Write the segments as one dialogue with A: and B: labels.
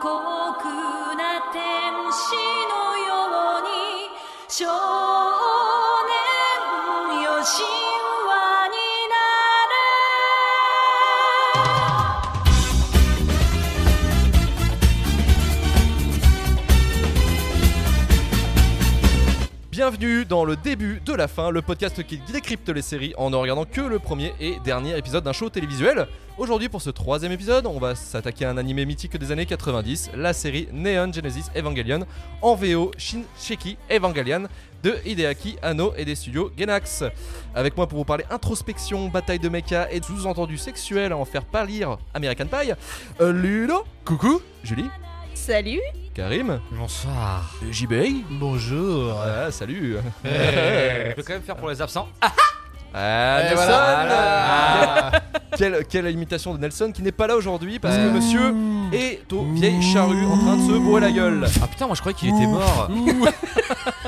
A: 刻な天使のように少年よ神話になれ
B: Bienvenue dans le début de la fin, le podcast qui décrypte les séries en ne regardant que le premier et dernier épisode d'un show télévisuel. Aujourd'hui, pour ce troisième épisode, on va s'attaquer à un animé mythique des années 90, la série Neon Genesis Evangelion, en VO Shinsheki Evangelion de Hideaki Anno et des studios Genax. Avec moi pour vous parler introspection, bataille de mecha et sous-entendus sexuels à en faire pâlir American Pie, euh, Ludo, coucou, Julie,
C: Salut
B: Karim,
D: Bonsoir.
B: euh, JB,
D: Bonjour.
B: ah, salut
D: Eh. Je peux quand même faire pour les absents. Ah, Eh,
B: Ah,
D: Et
B: Nelson
D: voilà.
B: quelle, quelle imitation de Nelson qui n'est pas là aujourd'hui parce que monsieur est aux vieilles charrues en train de se bourrer la gueule.
D: Ah, putain, moi je croyais qu'il était mort.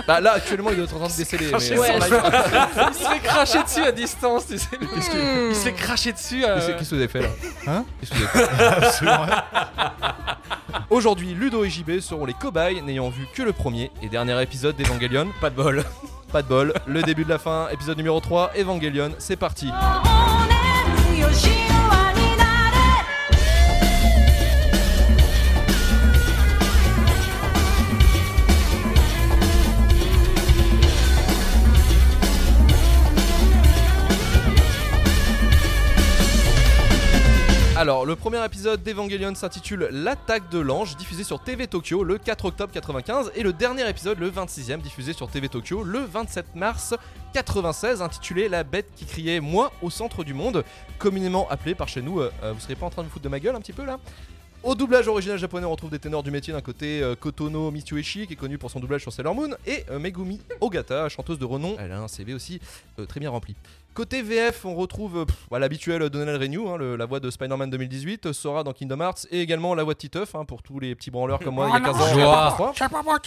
B: Bah là actuellement il est en train de décéder. mais-
D: craché
B: euh,
C: sur la
B: qu'est-ce que-
D: Il se fait cracher dessus à distance, tu sais.
B: Qu'est-ce que
D: Il se fait cracher dessus.
B: qu'est-ce que
D: euh,
B: qu'est-ce que vous avez fait là Hein Qu'est-ce que vous avez fait
E: Eh
B: Aujourd'hui, Ludo et JB seront les cobayes n'ayant vu que le premier et dernier épisode d'Evangelion.
D: Pas de bol.
B: Pas de bol, le début de la fin, épisode numéro 3, Evangelion, c'est parti.
A: 少年よ神話になれ
B: Alors, le premier épisode d'Evangelion s'intitule L'attaque de l'ange, diffusé sur TV Tokyo le 4 octobre 95, et le dernier épisode, le 26e, diffusé sur TV Tokyo le 27 mars 96, intitulé La bête qui criait moi au centre du monde, communément appelé par chez nous, euh, euh, vous serez pas en train de vous foutre de ma gueule un petit peu là au doublage original japonais, on retrouve des ténors du métier d'un côté euh, Kotono Mitsueshi, qui est connu pour son doublage sur Sailor Moon, et euh, Megumi Ogata, chanteuse de renom. Elle a un CV aussi euh, très bien rempli. Côté VF, on retrouve euh, pff, bah, l'habituel euh, Donald Renew, hein, le- la voix de Spider-Man 2018, euh, Sora dans Kingdom Hearts et également la voix de Titeuf hein, pour tous les petits branleurs comme moi il y a 15 ans.
D: Joie.
B: qui regardent France 3.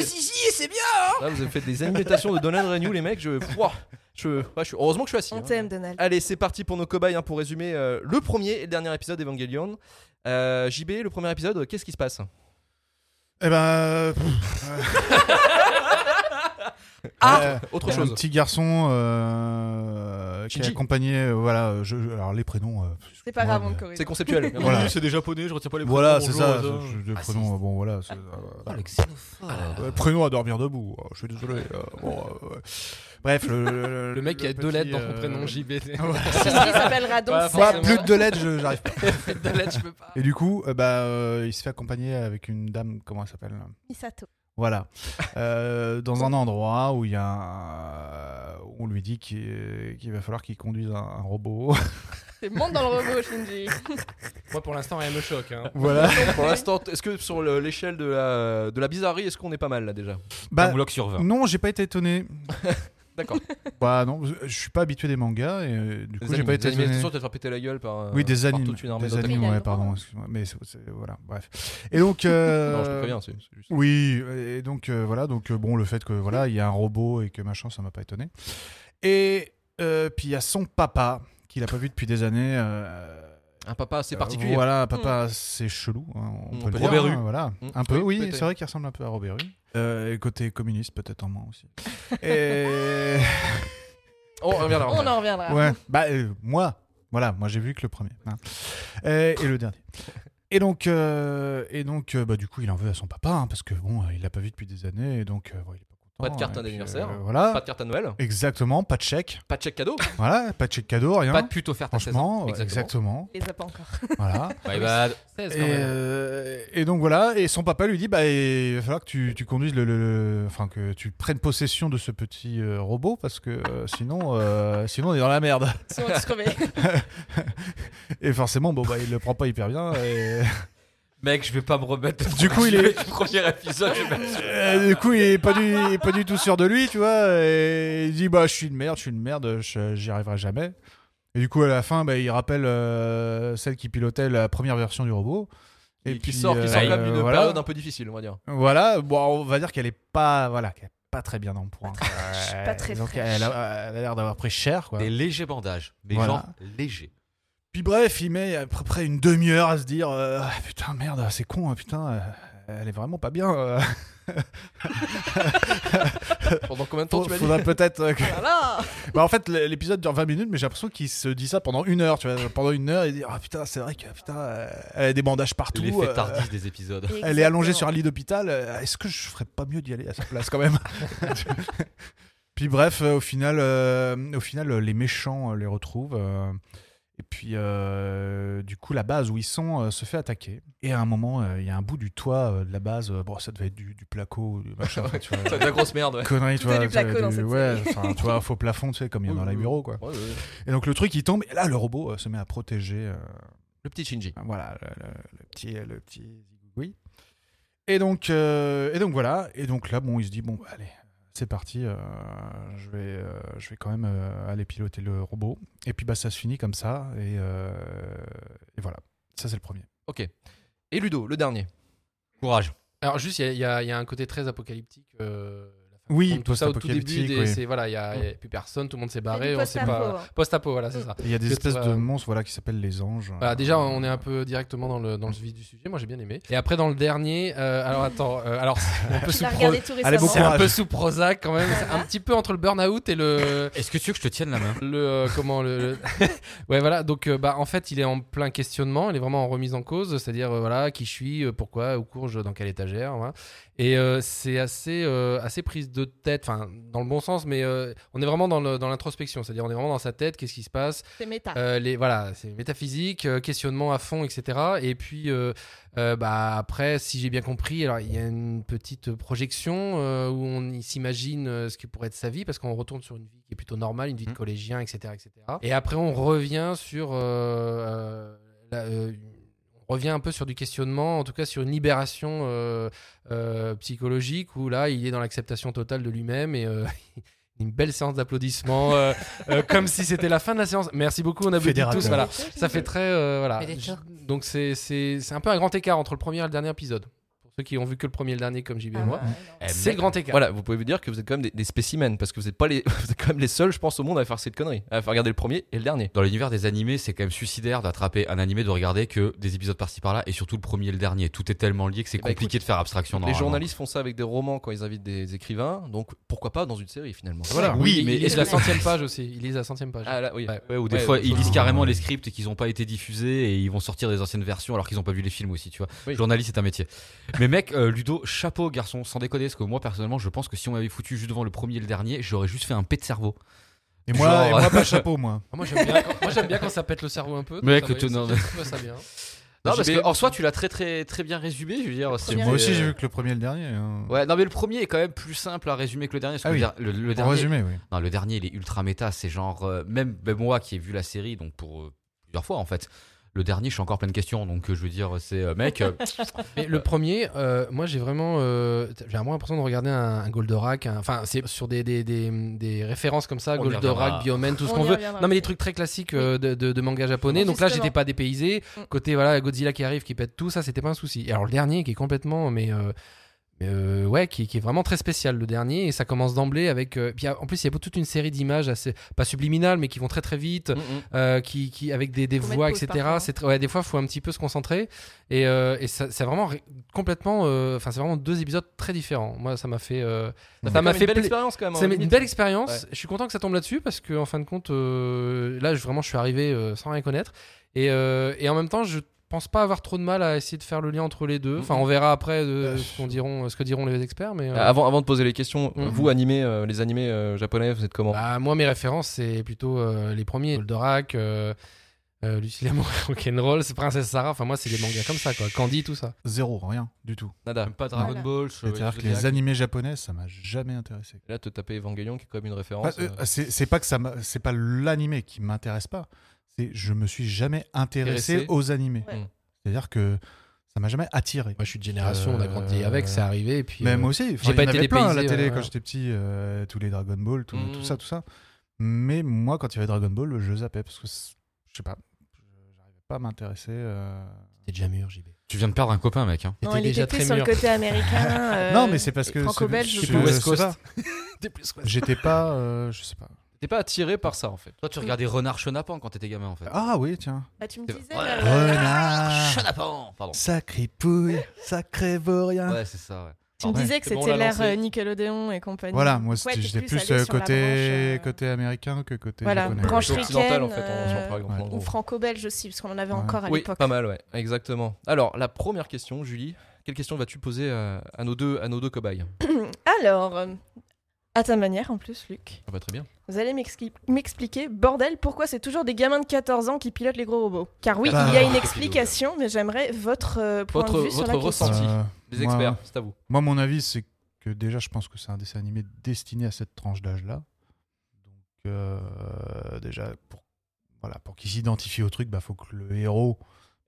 D: Si,
B: le Là, vous avez fait des imitations de Donald Renew, les mecs. Je, Pouah, je, ouais, je suis- heureusement que je suis assis.
C: On
B: hein.
C: t'aime, Donald.
B: Allez, c'est parti pour nos cobayes hein, pour résumer euh, le premier et le dernier épisode d'Evangelion. Euh, JB, le premier épisode, euh, qu'est-ce qui se passe
E: Eh ben.
B: Ah,
E: euh,
B: Autre
E: un
B: chose.
E: petit garçon euh, qui est
B: Shinji.
E: accompagné, euh, voilà, euh, je, je- alors les prénoms. euh,
C: Ah. C'est pas grave,
E: Ouais,
C: on le
E: mais-
C: corrige.
B: C'est conceptuel.
E: Voilà.
D: c'est des japonais, je retiens pas les
E: voilà,
D: prénoms,
E: c'est
D: bonjour,
E: ça.
D: hasard.
E: je- je- les
D: Ah, si,
E: prénoms,
D: si.
E: euh, bon, voilà. c'est- euh,
D: Oh,
E: voilà.
D: le xénophobe.
E: Euh, prénom à dormir debout. euh, je suis désolé. euh, bon, euh, ouais. Bref, le, le-
F: Le mec qui a
E: petit,
F: deux lettres dans son
E: euh,
F: prénom, JB.
C: Il s'appellera
F: Voilà,
C: donc
E: Moi,
C: Serge.
F: forcément.
E: plus de deux lettres, je- j'arrive pas.
F: deux lettres, je peux pas.
E: Et du coup, euh, bah, euh, il se fait accompagner avec une dame, comment elle s'appelle
C: Misato.
E: Voilà. Euh, dans un endroit où il y a un- euh, On lui dit qu'il qu'il va falloir qu'il conduise un, un robot.
C: C'est monte dans le robot, Shinji.
F: Moi, pour l'instant, rien me choque. Hein.
E: voilà.
B: Pour l'instant, est-ce que sur le- l'échelle de la, de la bizarrerie, est-ce qu'on est pas mal là déjà
E: Bah,
D: Un bloc sur 20.
E: non, j'ai pas été étonné.
B: D'accord.
E: Bah non, je- je suis pas habitué des mangas et euh, du
B: Des
E: coup j'ai
B: animes,
E: pas été
B: des animés,
E: étonné.
B: t'es sûr que t'as fait péter la gueule par. euh,
E: Oui, des
B: par
E: animes.
B: toute une armée
E: Des
B: d'autres.
E: animes,
C: Il a
E: ouais,
C: le droit.
E: pardon, excuse-moi. Mais c'est- c'est- voilà, bref. Et donc. euh,
B: Non, je te préviens, c'est c'est juste.
E: Oui, et donc euh, voilà, donc euh, bon, le fait que voilà, il y a un robot et que machin, ça m'a pas étonné. Et euh, puis il y a son papa qu'il a pas vu depuis des années. euh,
B: Un papa assez particulier.
E: Voilà, un papa c'est chelou. hein, on
B: Mm,
E: peut le
B: Robert
E: dire,
B: Rue.
E: hein, voilà,
B: Mm,
E: un peu.
B: oui,
E: Oui,
B: peut-être.
E: c'est vrai qu'il ressemble un peu à Robert Rue. Euh, et côté communiste peut-être en moins aussi. et
B: Oh, on revient là.
C: On en reviendra.
E: ouais, bah euh, moi, voilà, moi j'ai vu que le premier hein. Euh, et, le dernier. Et donc, euh, et donc, euh, bah du coup, il en veut à son papa hein, parce que bon, euh, il l'a pas vu depuis des années et donc euh, bon, il est pas content.
B: Pas de carte
E: Et
B: à
E: puis,
B: l'anniversaire.
E: euh, voilà.
B: Pas de carte à Noël,
E: Exactement, pas de chèque.
B: pas de chèque cadeau.
E: Voilà, pas de chèque cadeau, rien.
D: Pas de pute offerte à 16 ans.
E: Franchement,
D: Exactement.
E: exactement.
C: Il les a pas encore.
E: voilà.
B: Bah,
D: Bye bye. 16
E: Et,
D: quand même.
E: euh, et donc voilà, et son papa lui dit bah il va falloir que tu, tu conduises le, le- le- enfin que tu prennes possession de ce petit euh, robot parce que euh, sinon euh, sinon on est dans la merde.
C: Sinon, on va se crever.
E: Et forcément bon bah il le prend pas hyper bien et
D: Mec, je vais pas me remettre de
E: Du coup, il est-
D: du premier épisode. je vais pas-
E: Euh, du coup il est pas du il est pas du tout sûr de lui, tu vois, et il dit bah je suis une merde, je suis une merde, je- j'y arriverai jamais. Et du coup à la fin bah, il rappelle euh, celle qui pilotait la première version du robot.
B: Et qui sort, qui sort
E: euh,
B: quand même d'une
E: voilà.
B: période un peu difficile, on va dire.
E: Voilà, bon, on va dire qu'elle est pas, voilà, qu'elle est pas très bien en point.
C: pas très
E: Donc
C: fraîche.
E: elle a elle a l'air d'avoir pris cher, quoi.
D: Des légers bandages. Mais
E: Voilà.
D: genre légers.
E: Puis bref, il met à peu près une demi-heure à se dire euh, Ah, Putain, merde, c'est con, hein, putain, euh, elle est vraiment pas bien. euh.
B: Pendant combien de temps
E: Faut-
B: tu m'as dit
E: faudrait peut-être.
C: Oh
E: euh, que-
C: Voilà.
E: Bah, en fait, l- l'épisode dure 20 minutes, mais j'ai l'impression qu'il se dit ça pendant une heure. Tu vois, pendant une heure, il dit Ah putain, c'est vrai que putain, euh, elle a des bandages partout.
D: L'effet
E: euh,
D: tardif des épisodes.
E: Elle est allongée sur un lit d'hôpital. euh, Est-ce que je ferais pas mieux d'y aller à sa place quand même Puis bref, euh, au final, euh, au final, euh, les méchants euh, les retrouvent. euh, et puis, euh, du coup, la base où ils sont euh, se fait attaquer. Et à un moment, euh, il y a un bout du toit euh, de la base. euh, bon, ça devait être du, du placo, ou du machin. enfin, tu vois,
B: Ça va être de la grosse merde, ouais.
E: connerie, tu
C: Tout est
E: vois.
C: du
E: tu vois,
C: placo dans cette
E: ouais,
C: série.
E: enfin, tu vois, un faux plafond, tu sais, comme il y en a dans les bureaux, quoi. Et donc, le truc, il tombe. Et là, le robot euh, se met à protéger. euh,
B: Le petit Shinji.
E: voilà, le, le- le petit, le petit zigouigoui. Et donc, euh, et donc voilà. Et donc là, bon, il se dit bon, bah, allez, c'est parti. euh, je vais, euh, je vais quand même euh, aller piloter le robot. Et puis bah, ça se finit comme ça. Et, euh, et voilà. Ça c'est le premier.
B: Ok. Et Ludo, le dernier.
D: Courage.
F: Alors juste, il y a- il y, a- il y a un côté très apocalyptique. euh, la fin
E: Oui,
F: du monde, tout ça au tout début.
E: post-apocalyptique,
F: des-
E: oui.
F: c'est- Voilà, il y a, il y a plus personne, tout le monde s'est barré, on sait pas.
C: pas.
F: Post-apo, voilà, c'est ça.
E: Et Il y a des
F: Que
E: espèces
F: toi,
E: de
F: euh,
E: monstres voilà qui s'appellent les anges.
F: Voilà, Bah, déjà, on est un peu directement dans le dans le vif du sujet. Moi, j'ai bien aimé. Et après, dans le dernier, euh, alors attends, euh, alors c'est un peu
C: Je
F: sous
C: l'ai
F: Pro-
C: regardé tout
E: Allez, bon
C: récemment.
F: c'est un
E: courage.
F: peu sous Prozac quand même. C'est un petit peu entre le burn-out et le
D: Est-ce que tu veux que je te tienne la main
F: le euh, comment le, le- ouais voilà donc euh, bah en fait il est en plein questionnement il est vraiment en remise en cause c'est à dire voilà qui je suis euh, pourquoi où cours-je dans quelle étagère voilà. et euh, c'est assez euh, assez prise de tête enfin dans le bon sens mais euh, on est vraiment dans le- dans l'introspection c'est à dire on est vraiment dans sa tête qu'est-ce qui se passe
C: C'est méta.
F: euh, les, voilà, c'est métaphysique, euh, questionnement à fond, etc. Et puis, euh, euh, bah, après, si j'ai bien compris, alors il y a une petite projection euh, où on y s'imagine euh, ce qui pourrait être sa vie, parce qu'on retourne sur une vie qui est plutôt normale, une vie de
D: Mhm.
F: collégien, etc., etc. Et après, on revient sur. euh, euh, la- euh, on revient un peu sur du questionnement, en tout cas sur une libération euh, euh, psychologique où là, il est dans l'acceptation totale de lui-même et euh, une belle séance d'applaudissements, euh, euh, comme si c'était la fin de la séance. Merci beaucoup, on applaudit
E: Fédérateur.
F: tous. Voilà, ça fait très euh, voilà.
C: Fédérateur.
F: Je- Donc c'est c'est c'est un peu un grand écart entre le premier et le dernier épisode. Pour ceux qui ont vu que le premier et le dernier, comme JB
C: Ah.
F: et moi,
D: Eh,
F: c'est le grand écart.
B: Voilà, vous pouvez vous dire que vous êtes quand même des, des spécimens parce que vous êtes pas les, vous êtes quand même les seuls, je pense, au monde à faire cette connerie, à faire regarder le premier et le dernier.
D: Dans l'univers des animés, c'est quand même suicidaire d'attraper un animé, de regarder que des épisodes par-ci par-là, et surtout le premier et le dernier. Tout est tellement lié que c'est
B: Eh ben,
D: compliqué de faire abstraction.
B: les
D: normalement.
B: journalistes font ça avec des romans quand ils invitent des écrivains, donc pourquoi pas dans une série finalement.
E: Voilà.
D: Oui,
F: Ils-
D: mais
F: ils
D: est-ce
F: lisent
D: que
F: la centième page aussi. Ils lisent la centième page.
B: Ah là, oui.
F: Ouais.
D: Ouais, ou des
B: Ouais,
D: fois
B: ouais,
D: ils
B: ouais.
D: lisent carrément les scripts et qu'ils n'ont pas été diffusés et ils vont sortir des anciennes versions alors qu'ils n'ont pas vu les films aussi, tu vois.
B: Oui.
D: Journaliste c'est un métier. Mais mec, euh, Ludo, chapeau garçon, sans déconner, parce que moi personnellement je pense que si on m'avait foutu juste devant le premier et le dernier, j'aurais juste fait un pet de cerveau.
E: Et moi, et
D: Genre-
E: moi pas chapeau moi.
F: Ah, Moi j'aime bien, quand- moi, j'aime bien quand ça pète le cerveau un peu. donc
D: Mec,
F: ça va,
D: tout- non,
F: je trouve ça bien.
D: Non, parce
B: JB.
D: que en soi tu l'as très très très bien résumé, je veux dire. c'est-
E: Moi aussi j'ai
F: euh,
E: vu que le premier et le dernier. hein.
D: euh, Ouais, non mais le premier est quand même plus simple à résumer que le dernier. parce que
E: Ah oui.
D: le der- le, le
E: En
D: dernier,
E: résumé, oui.
D: non, le dernier il est ultra méta, c'est genre euh, même, ben, moi qui ai vu la série donc pour euh, plusieurs fois en fait. Le dernier, je suis encore plein de questions, donc euh, je veux dire, c'est euh, mec, euh,
F: Mais le premier, euh, moi j'ai vraiment, euh, j'ai vraiment l'impression de regarder un, un Goldorak, un- enfin c'est sur des, des, des, des références comme ça,
D: On y reviendra.
F: Goldorak, Bioman, tout ce
C: On
F: qu'on
C: y
F: veut.
C: reviendra.
F: Non mais des trucs très classiques euh, de, de, de manga japonais, donc là
C: Justement.
F: j'étais pas dépaysé.
C: Mm.
F: Côté voilà Godzilla qui arrive, qui pète tout, ça c'était pas un souci. Et alors le dernier qui est complètement, mais... euh, mais, euh, ouais, qui, qui est vraiment très spécial le dernier et ça commence d'emblée avec. euh, puis en plus, il y a toute une série d'images assez pas subliminales mais qui vont très très vite
B: Mm, mm.
F: euh, qui, qui- avec des, des
C: Faut mettre
F: voix,
C: pause
F: etc.
C: parfois.
F: C'est tr- ouais, des fois, faut un petit peu se concentrer. Et, euh, et ça, c'est vraiment ré- complètement. euh, Enfin, c'est vraiment deux épisodes très différents. Moi, ça m'a fait. euh,
E: Ça
F: ça
B: Comme
F: m'a
B: une
F: fait.
B: belle
F: pla-
B: expérience quand même.
F: c'est
B: hein,
F: une
B: limite.
F: belle expérience. Je suis content que ça tombe là-dessus parce que en fin de compte, euh, là, je, vraiment, je suis arrivé euh, sans rien connaître. Et, euh, et en même temps, je pense pas avoir trop de mal à essayer de faire le lien entre les deux. Enfin, on verra après euh,
E: Euh,
B: Bah,
F: ce, qu'on diront, ce que diront les experts. Mais euh,
B: Euh, Avant, avant de poser les questions,
F: Mm.
B: vous animez les animés euh, japonais, vous êtes comment
F: Bah, moi, mes références, c'est plutôt euh, les premiers. Goldorak, euh, euh, Lucille Amour, Rock'n'Roll, c'est Princesse Sarah. Enfin, moi, c'est des mangas comme ça, quoi. Candy, tout ça.
E: Zéro, rien du tout.
B: Nada.
D: même pas Dragon
C: Voilà.
D: Ball.
E: C'est-à-dire que les animés japonais, ça m'a jamais intéressé.
B: Là, te taper Evangelion qui est quand même une
E: Enfin,
B: référence.
E: euh,
B: euh,
E: c'est c'est pas que ça m'a- c'est pas l'animé qui m'intéresse pas c'est je me suis jamais intéressé
B: Intéressé.
E: aux animés
C: Ouais.
E: c'est à dire que ça m'a jamais attiré
F: Moi, je suis de génération, on a grandi
E: Euh,
F: avec, c'est arrivé. Et puis,
E: mais
F: euh,
E: moi aussi
F: j'ai
E: j'ai
F: pas
E: pas
F: été
E: plein à la
F: dépaysé,
E: télé
F: ouais,
E: quand
F: ouais.
E: j'étais petit euh, tous les Dragon Ball tout,
B: Mhm.
E: tout ça tout ça mais moi quand il y avait Dragon Ball je zappais parce que c'est- je sais pas j'arrivais pas à m'intéresser euh.
F: t'es déjà mûr, JB.
D: Tu viens de perdre un copain, mec. hein.
C: Non,
F: T'étais
C: il était
F: déjà
C: plus
F: très
C: sur le
F: mûr.
C: côté américain. euh,
E: non mais c'est parce que
C: franco-belge,
E: c'est- je-
C: je pense.
E: je sais pas.
F: T'es plus West Coast.
E: j'étais pas euh, je sais pas
B: T'es pas attiré par ça en fait.
D: Toi, tu regardais Renard Chenapan quand t'étais gamin, en fait.
E: Ah oui, tiens.
C: Bah, tu me
D: C'est-
C: disais.
D: Ouais.
C: là, là, là.
D: Ah.
E: Renard
D: Chenapan Pardon.
E: Sacré pouille, sacré vaurien.
D: Ouais, c'est ça, ouais.
C: Tu me
E: Ouais.
C: disais que
B: C'est bon, on
C: c'était
B: l'a
C: l'ère
B: lancé.
C: euh, Nickelodeon et compagnie.
E: Voilà, moi
C: Ouais,
E: c'était-
C: t'es
E: j'étais
C: plus
E: plus,
C: allé
E: euh,
C: sur la
E: côté,
C: branche, euh,
E: côté américain que côté
C: Voilà,
E: japonais. Euh,
C: branche
B: Plutôt occidentale,
C: ricaine
B: en fait, en- en parlant, en gros.
C: ou franco-belge aussi, parce qu'on en avait
E: Ouais.
C: encore à
B: Oh. oui,
C: l'époque.
B: pas mal, ouais, exactement. Alors, la première question, Julie, quelle question vas-tu poser euh, à, nos deux, à nos deux cobayes
C: Alors, euh, à ta manière en plus, Luc,
B: Ah bah très bien.
C: vous allez m'expli- m'expliquer, bordel, pourquoi c'est toujours des gamins de 14 ans qui pilotent les gros robots Car oui,
E: Bah,
C: il y a une
D: pilote.
C: explication, mais j'aimerais votre euh, point
B: Votre-
C: de vue sur
B: votre
C: la question.
B: ressenti.
E: Euh,
B: Les
E: Ouais.
B: experts, c'est à vous.
E: moi, mon avis, c'est que déjà, je pense que c'est un dessin animé destiné à cette tranche d'âge-là. Donc, euh, déjà, pour, voilà, pour qu'il s'identifie au truc, bah, faut que le héros.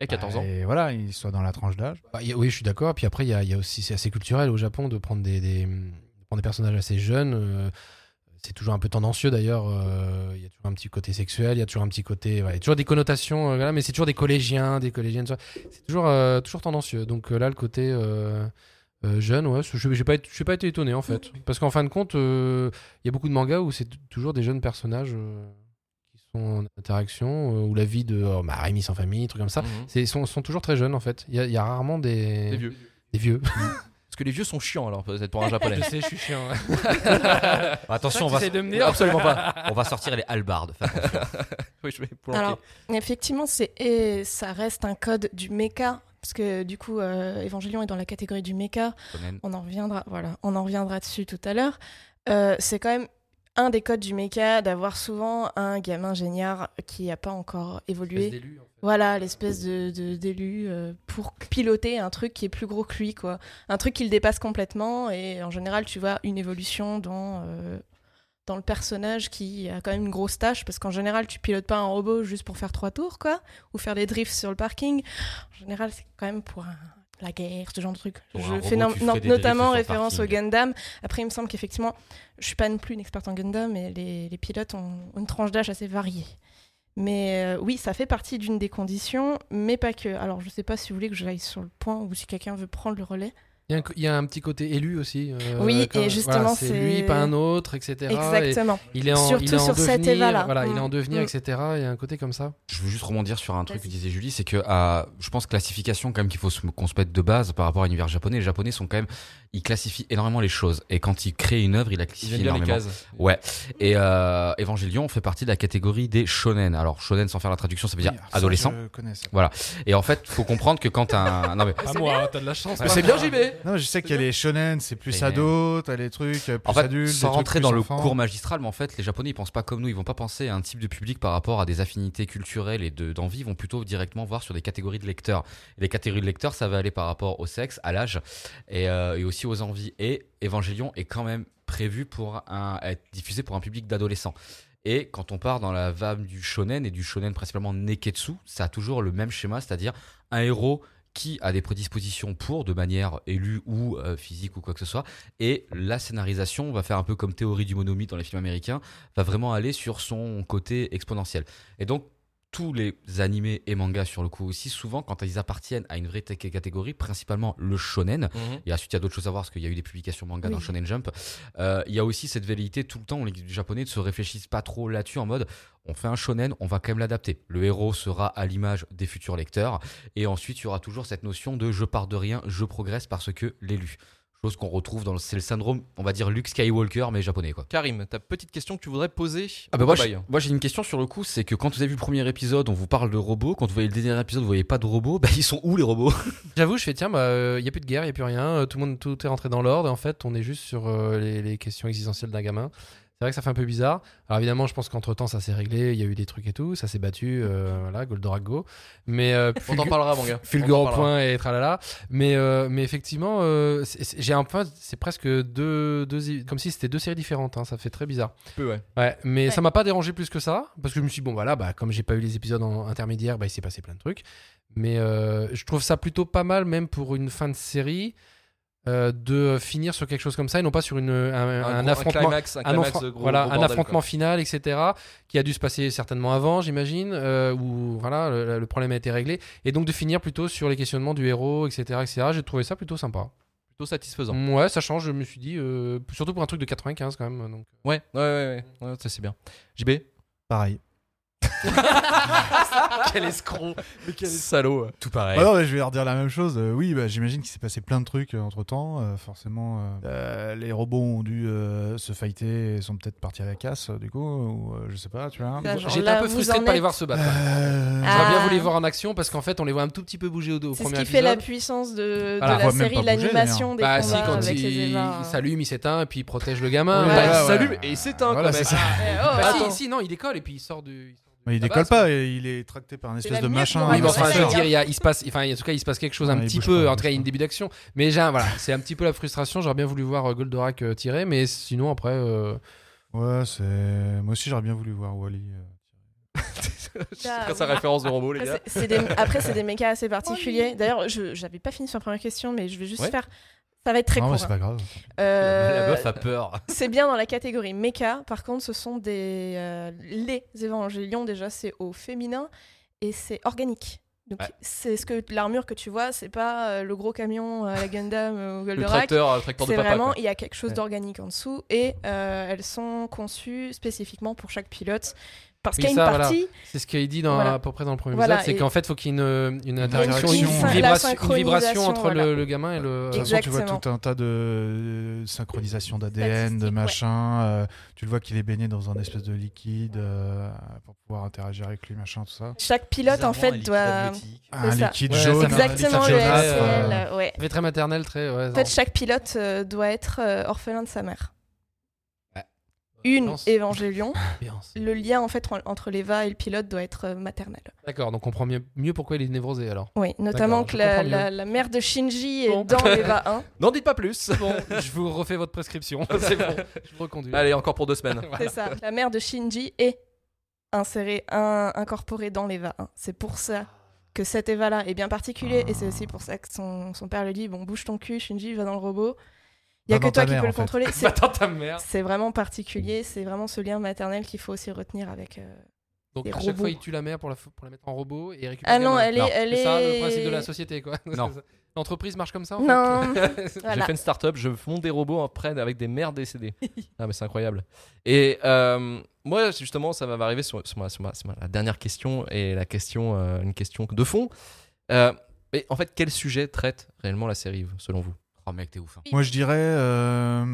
B: Et 14
E: bah,
B: ans.
E: Et voilà, il soit dans la tranche d'âge.
F: Bah, y a- oui, je suis d'accord. Puis après, il y a, il y a aussi, c'est assez culturel au Japon de prendre des, des- de prendre des personnages assez jeunes. euh, c'est toujours un peu tendancieux d'ailleurs. euh, Il y a toujours un petit côté sexuel, il y a toujours un petit côté. voilà, Il y a toujours des connotations, euh, voilà, mais c'est toujours des collégiens, des collégiennes. tout ça. C'est toujours, euh, toujours tendancieux. Donc euh, là, le côté. euh, euh, jeune, ouais, je n'ai pas, été- j'ai pas été étonné en fait. Parce qu'en fin de compte, euh, il y a beaucoup de mangas où c'est t- toujours des jeunes personnages euh, qui sont en interaction, euh, où la vie de oh, bah, Rémi sans famille, trucs comme ça.
B: Mhm.
F: C'est- Ils sont, sont toujours très jeunes en fait. Il y, a- il y a rarement des,
B: Les vieux.
F: des vieux.
B: Parce que les vieux sont chiants alors, peut-être pour un japonais.
F: sais, je suis chiant.
D: Bah, attention, on va,
F: de me
B: Absolument pas.
D: on va sortir les halbardes. Fais attention.
B: Oui, je vais planquer.
C: Alors, effectivement, c'est et ça reste un code du mecha, parce que du coup, euh, Evangelion est dans la catégorie du mecha.
D: Conan.
C: On en reviendra, voilà, on en reviendra dessus tout à l'heure. Euh, c'est quand même un des codes du mecha d'avoir souvent un gamin géniard qui n'a pas encore évolué.
D: hein.
C: Voilà, l'espèce de de- d'élu euh, pour piloter un truc qui est plus gros que lui, quoi. Un truc qui le dépasse complètement. Et en général, tu vois une évolution dans, euh, dans le personnage qui a quand même une grosse tâche, parce qu'en général, tu pilotes pas un robot juste pour faire trois tours, quoi, ou faire des drifts sur le parking. En général, c'est quand même pour un- la guerre, ce genre de truc.
D: Pour un
C: Je
D: robot,
C: fais, no-
D: tu fais
C: no-
D: des drifts
C: notamment
D: sur le
C: référence au
D: parking.
C: Gundam. Après, il me semble qu'effectivement, je suis pas non plus une experte en Gundam, mais les, les pilotes ont une tranche d'âge assez variée. Mais euh, oui, ça fait partie d'une des conditions, mais pas que. Alors, je sais pas si vous voulez que j'aille sur le point ou si quelqu'un veut prendre le relais.
F: Il y, a un co- il y a un petit côté élu aussi. euh,
C: Oui,
F: comme-
C: et justement,
F: c'est
C: c'est-
F: lui, pas un autre, etc. Et
C: Exactement.
F: il est en,
C: Surtout
F: il est en
C: sur cette
F: devenir,
C: Eva-là.
F: Voilà, il est en
C: Mm.
F: devenir,
C: Mm.
F: etc. Il y a un côté comme ça.
D: Je veux juste rebondir sur un truc que
C: Vas-y.
D: disait Julie, c'est que à, je pense classification quand même qu'il faut se- qu'on se mette de base par rapport à l'univers japonais. Les japonais sont quand même, ils classifient énormément les choses et quand ils créent une œuvre, ils la
B: Ils
D: classifient
B: viennent bien les
D: énormément.
B: cases.
D: Ouais. Et euh, Evangelion fait partie de la catégorie des shonen. Alors shonen sans faire la traduction, ça veut dire
E: Oui, alors ça,
D: adolescent.
E: Je connais ça.
D: Et en fait, faut comprendre que quand un non mais
F: Pas moi, hein, t'as de la chance.
B: Mais c'est bien JB
E: Non, je sais qu'il y a les shonen, c'est plus
D: Et-
E: ado, t'as les trucs euh, plus
D: En fait,
E: adultes. des
D: sans
E: trucs
D: rentrer
E: plus
D: dans le
E: enfants.
D: cours magistral, mais en fait, les Japonais, ils pensent pas comme nous. Ils vont pas penser à un type de public par rapport à des affinités culturelles et de- d'envie. ils vont plutôt directement voir sur des catégories de lecteurs. Et les catégories de lecteurs, ça va aller par rapport au sexe, à l'âge et, euh, et aussi aux envies. Et Evangelion est quand même prévu pour un, être diffusé pour un public d'adolescents. Et quand on part dans la vague du shonen et du shonen principalement neketsu, ça a toujours le même schéma, c'est-à-dire un héros qui a des prédispositions pour, de manière élue ou euh, physique ou quoi que ce soit, et la scénarisation on va faire un peu comme théorie du monomythe dans les films américains, va vraiment aller sur son côté exponentiel. Et donc, tous les animés et mangas sur le coup aussi, souvent, quand ils appartiennent à une vraie t- catégorie, principalement le shonen, et ensuite, il y a d'autres choses à voir parce qu'il y a eu des publications manga dans
C: Oui.
D: Shonen Jump. Euh, il y a aussi cette velléité tout le temps où les japonais ne se réfléchissent pas trop là-dessus en mode on fait un shonen, on va quand même l'adapter. Le héros sera à l'image des futurs lecteurs et ensuite il y aura toujours cette notion de je pars de rien, je progresse parce que l'élu. Chose qu'on retrouve dans le, c'est le syndrome, on va dire Luke Skywalker mais japonais quoi.
B: Karim, ta petite question que tu voudrais poser
D: Ah bah moi,
B: aux
D: j'ai-
B: cobayes.
D: moi, j'ai une question sur le coup, c'est que quand vous avez vu le premier épisode, on vous parle de robots, quand vous voyez le dernier épisode, vous voyez pas de robots, bah ils sont où les robots
F: J'avoue, je fais tiens, bah, euh, il y a plus de guerre, il y a plus rien. euh, Tout le monde, tout est rentré dans l'ordre. Et en fait, on est juste sur euh, les, les questions existentielles d'un gamin. C'est vrai que ça fait un peu bizarre. Alors évidemment, je pense qu'entre temps, ça s'est réglé. Il y a eu des trucs et tout. Ça s'est battu. euh, voilà, Goldorak Go. Mais euh,
B: On t'en
F: Fulgu-
B: parlera, mon gars.
F: Fulgore
B: On
F: au
B: t'en parlera.
F: point et tralala. Mais, euh, mais effectivement, euh, c'est- c'est- j'ai un point. C'est presque deux, deux, comme si c'était deux séries différentes. hein, ça fait très bizarre.
B: Peu, ouais.
F: Ouais, mais
C: Ouais.
F: ça m'a pas dérangé plus que ça, parce que je me suis dit, bon, voilà, bah, comme j'ai pas eu les épisodes en- intermédiaires, bah, il s'est passé plein de trucs. Mais euh, je trouve ça plutôt pas mal, même pour une fin de série, euh, de finir sur quelque chose comme ça, et non pas sur une, un, un
B: gros-
F: affrontement.
B: climax, un
F: un
B: climax
F: affron-
B: de gros-
F: voilà,
B: gros
F: un
B: bordel,
F: affrontement final, etc., qui a dû se passer certainement avant, j'imagine, euh, où voilà, le, le problème a été réglé. Et donc de finir plutôt sur les questionnements du héros, etc., etc. J'ai trouvé ça plutôt sympa. Mm,
B: plutôt satisfaisant.
F: Ouais, ça change, je me suis dit, euh, surtout pour un truc de 95 quand même. Donc.
B: Ouais, ouais, ouais, ouais, ouais, ça c'est bien. JB
E: Pareil.
B: Quel escroc Mais quel salaud
D: Tout pareil.
E: Bah non, mais je vais leur dire la même chose. Euh, oui, bah, j'imagine qu'il s'est passé plein de trucs entre temps. forcément, euh, euh, les robots ont dû euh, se fighter et sont peut-être partis à la casse, euh, du coup, ou euh, je sais pas, tu vois.
C: Ça, genre,
F: J'étais
C: là,
F: un peu
C: vous
F: frustré de
C: en
F: pas les
C: êtes-
F: voir se battre.
E: Euh,
C: Ah.
F: J'aurais bien voulu les voir en action parce qu'en fait, on les voit un tout petit peu bouger au, au
C: C'est ce
F: premier
C: qui
F: épisode.
C: fait la puissance de, de
F: Voilà.
E: On
C: la
E: voit même
C: série,
E: pas bouger,
C: l'animation des
F: bah si,
C: combats
F: quand
C: avec hein. les
F: il,
C: ébats.
F: il s'allume, il s'éteint, et puis il protège le gamin.
E: Ouais,
B: Bah,
F: Bah,
E: voilà,
B: il
E: ouais.
B: s'allume et il s'éteint
E: Voilà,
B: quand même.
E: c'est ça.
C: Eh, oh,
F: bah,
C: attends.
F: si, si, non, il décolle et puis il sort du. il sort de
E: Mais il
F: la
E: décolle
F: base,
E: pas,
F: quoi.
E: et il est tracté par un espèce
C: la
E: de
C: mienne,
E: machin.
C: non,
E: euh,
F: Oui, mais
C: Ouais,
F: enfin, je
C: c'est
F: veux
C: ça.
F: dire, il, y a- il se passe, enfin, en tout cas, il se passe quelque chose un
E: Ouais, il
F: petit
E: bouge
F: peu.
E: pas,
F: en tout
E: il
F: cas, il
E: bouge
F: y a une
E: pas.
F: début d'action. Mais j'ai, un- voilà, c'est un petit peu la frustration. J'aurais bien voulu voir euh, Goldorak euh, tirer, mais sinon après, euh,
E: Ouais, c'est. Moi aussi, j'aurais bien voulu voir euh. Wally.
B: C'est quand sa référence de robot, les
C: Après,
B: gars.
C: Ah, c'est- c'est des- Après, c'est des mécas assez particuliers. D'ailleurs, je j'avais pas fini sur la première question, mais je vais juste
B: Ouais.
C: faire. Ça va être très
E: non, mais
C: court.
E: c'est
C: hein.
E: pas hein. grave.
C: Euh,
D: La meuf a peur.
C: c'est bien dans la catégorie méca. Par contre, ce sont des euh, les évangélions. Déjà, c'est au féminin et c'est organique. Donc,
D: Ouais.
C: c'est ce que l'armure que tu vois, c'est pas euh, le gros camion euh, la Gundam euh, ou
B: Le
C: Goldorak.
B: tracteur, le tracteur de
C: C'est
B: papa.
C: vraiment,
B: quoi.
C: il y a quelque chose
B: Ouais.
C: d'organique en dessous et euh, elles sont conçues spécifiquement pour chaque pilote parce
F: Oui,
C: qu'il y a une
F: ça, voilà.
C: partie
F: c'est ce qu'il dit dans,
C: Voilà.
F: à peu près dans le premier
C: Voilà,
F: épisode, c'est
C: et-
F: qu'en fait, faut qu'il y ait une, une interaction, une,
E: interaction, ouais.
C: La
F: vibration, une
C: synchronisation,
F: vibration entre
C: voilà.
F: le, le gamin et le. euh,
E: De toute façon, tu vois
C: Exactement.
E: tout un tas de synchronisation d'ADN, de
C: Statistiques,
E: machin. euh, tu le vois qu'il est baigné dans un espèce de liquide euh, pour pouvoir interagir avec lui, machin, tout ça.
C: chaque pilote en fait doit
D: Ah,
E: Un
C: ça.
E: liquide
F: Ouais, ça
E: jaune.
F: fait
E: un
C: exactement
E: liquide
C: le
F: jaunâtre,
E: jaunâtre, euh,
C: SL, euh, ouais.
F: Ça fait très maternel, très. ouais,
C: En fait,
F: non.
C: chaque pilote euh, doit être euh, orphelin de sa mère.
D: Ouais.
C: Une
F: Ambiance.
C: évangélion.
F: Ambiance.
C: Le lien en fait en- entre l'Eva et le pilote doit être euh, maternel.
F: D'accord, donc on comprend mieux, mieux pourquoi il est névrosé alors.
C: Oui, notamment
F: D'accord,
C: que
F: je
C: la,
F: comprends mieux.
C: la- la mère de Shinji est
F: Bon.
C: dans l'Eva 1.
B: N'en dites pas plus.
F: Bon, je vous refais votre prescription. C'est bon, je vous reconduis.
B: Allez, encore pour deux semaines.
F: Voilà.
C: C'est ça. La mère de Shinji est insérée, un- incorporée dans l'Eva 1. C'est pour ça que cet Eva-là est bien particulier et c'est aussi pour ça que son, son père lui dit Bon, bouge ton cul, Shinji, va dans le robot. Il y a
E: Va
C: que
E: dans
C: toi
E: ta
C: qui
E: mère,
C: peux
E: en
C: le
E: fait.
C: contrôler. C'est-
F: Va dans ta mère.
C: C'est vraiment particulier, c'est vraiment ce lien maternel qu'il faut aussi retenir avec. euh,
F: Donc
C: Des
F: à chaque
C: robots.
F: fois, il tue la mère pour la, f- pour la mettre en robot et récupérer.
C: Ah non,
F: le gamin.
C: elle est.
D: Non,
C: elle
F: C'est ça le
C: est-
F: principe de la société, quoi.
D: Non.
F: L'entreprise marche comme ça, en
C: Non.
F: fait.
C: Voilà.
B: J'ai fait une start-up, je fonde des robots après avec des mères décédées. ah, mais c'est incroyable. Et euh, moi, justement, ça m'avait arrivé sur, sur ma, sur ma- sur ma- la dernière question et la question, euh, une question de fond. Euh, mais en fait, quel sujet traite réellement la série, selon vous
D: Oh mec, t'es ouf. hein.
E: Moi, je dirais euh,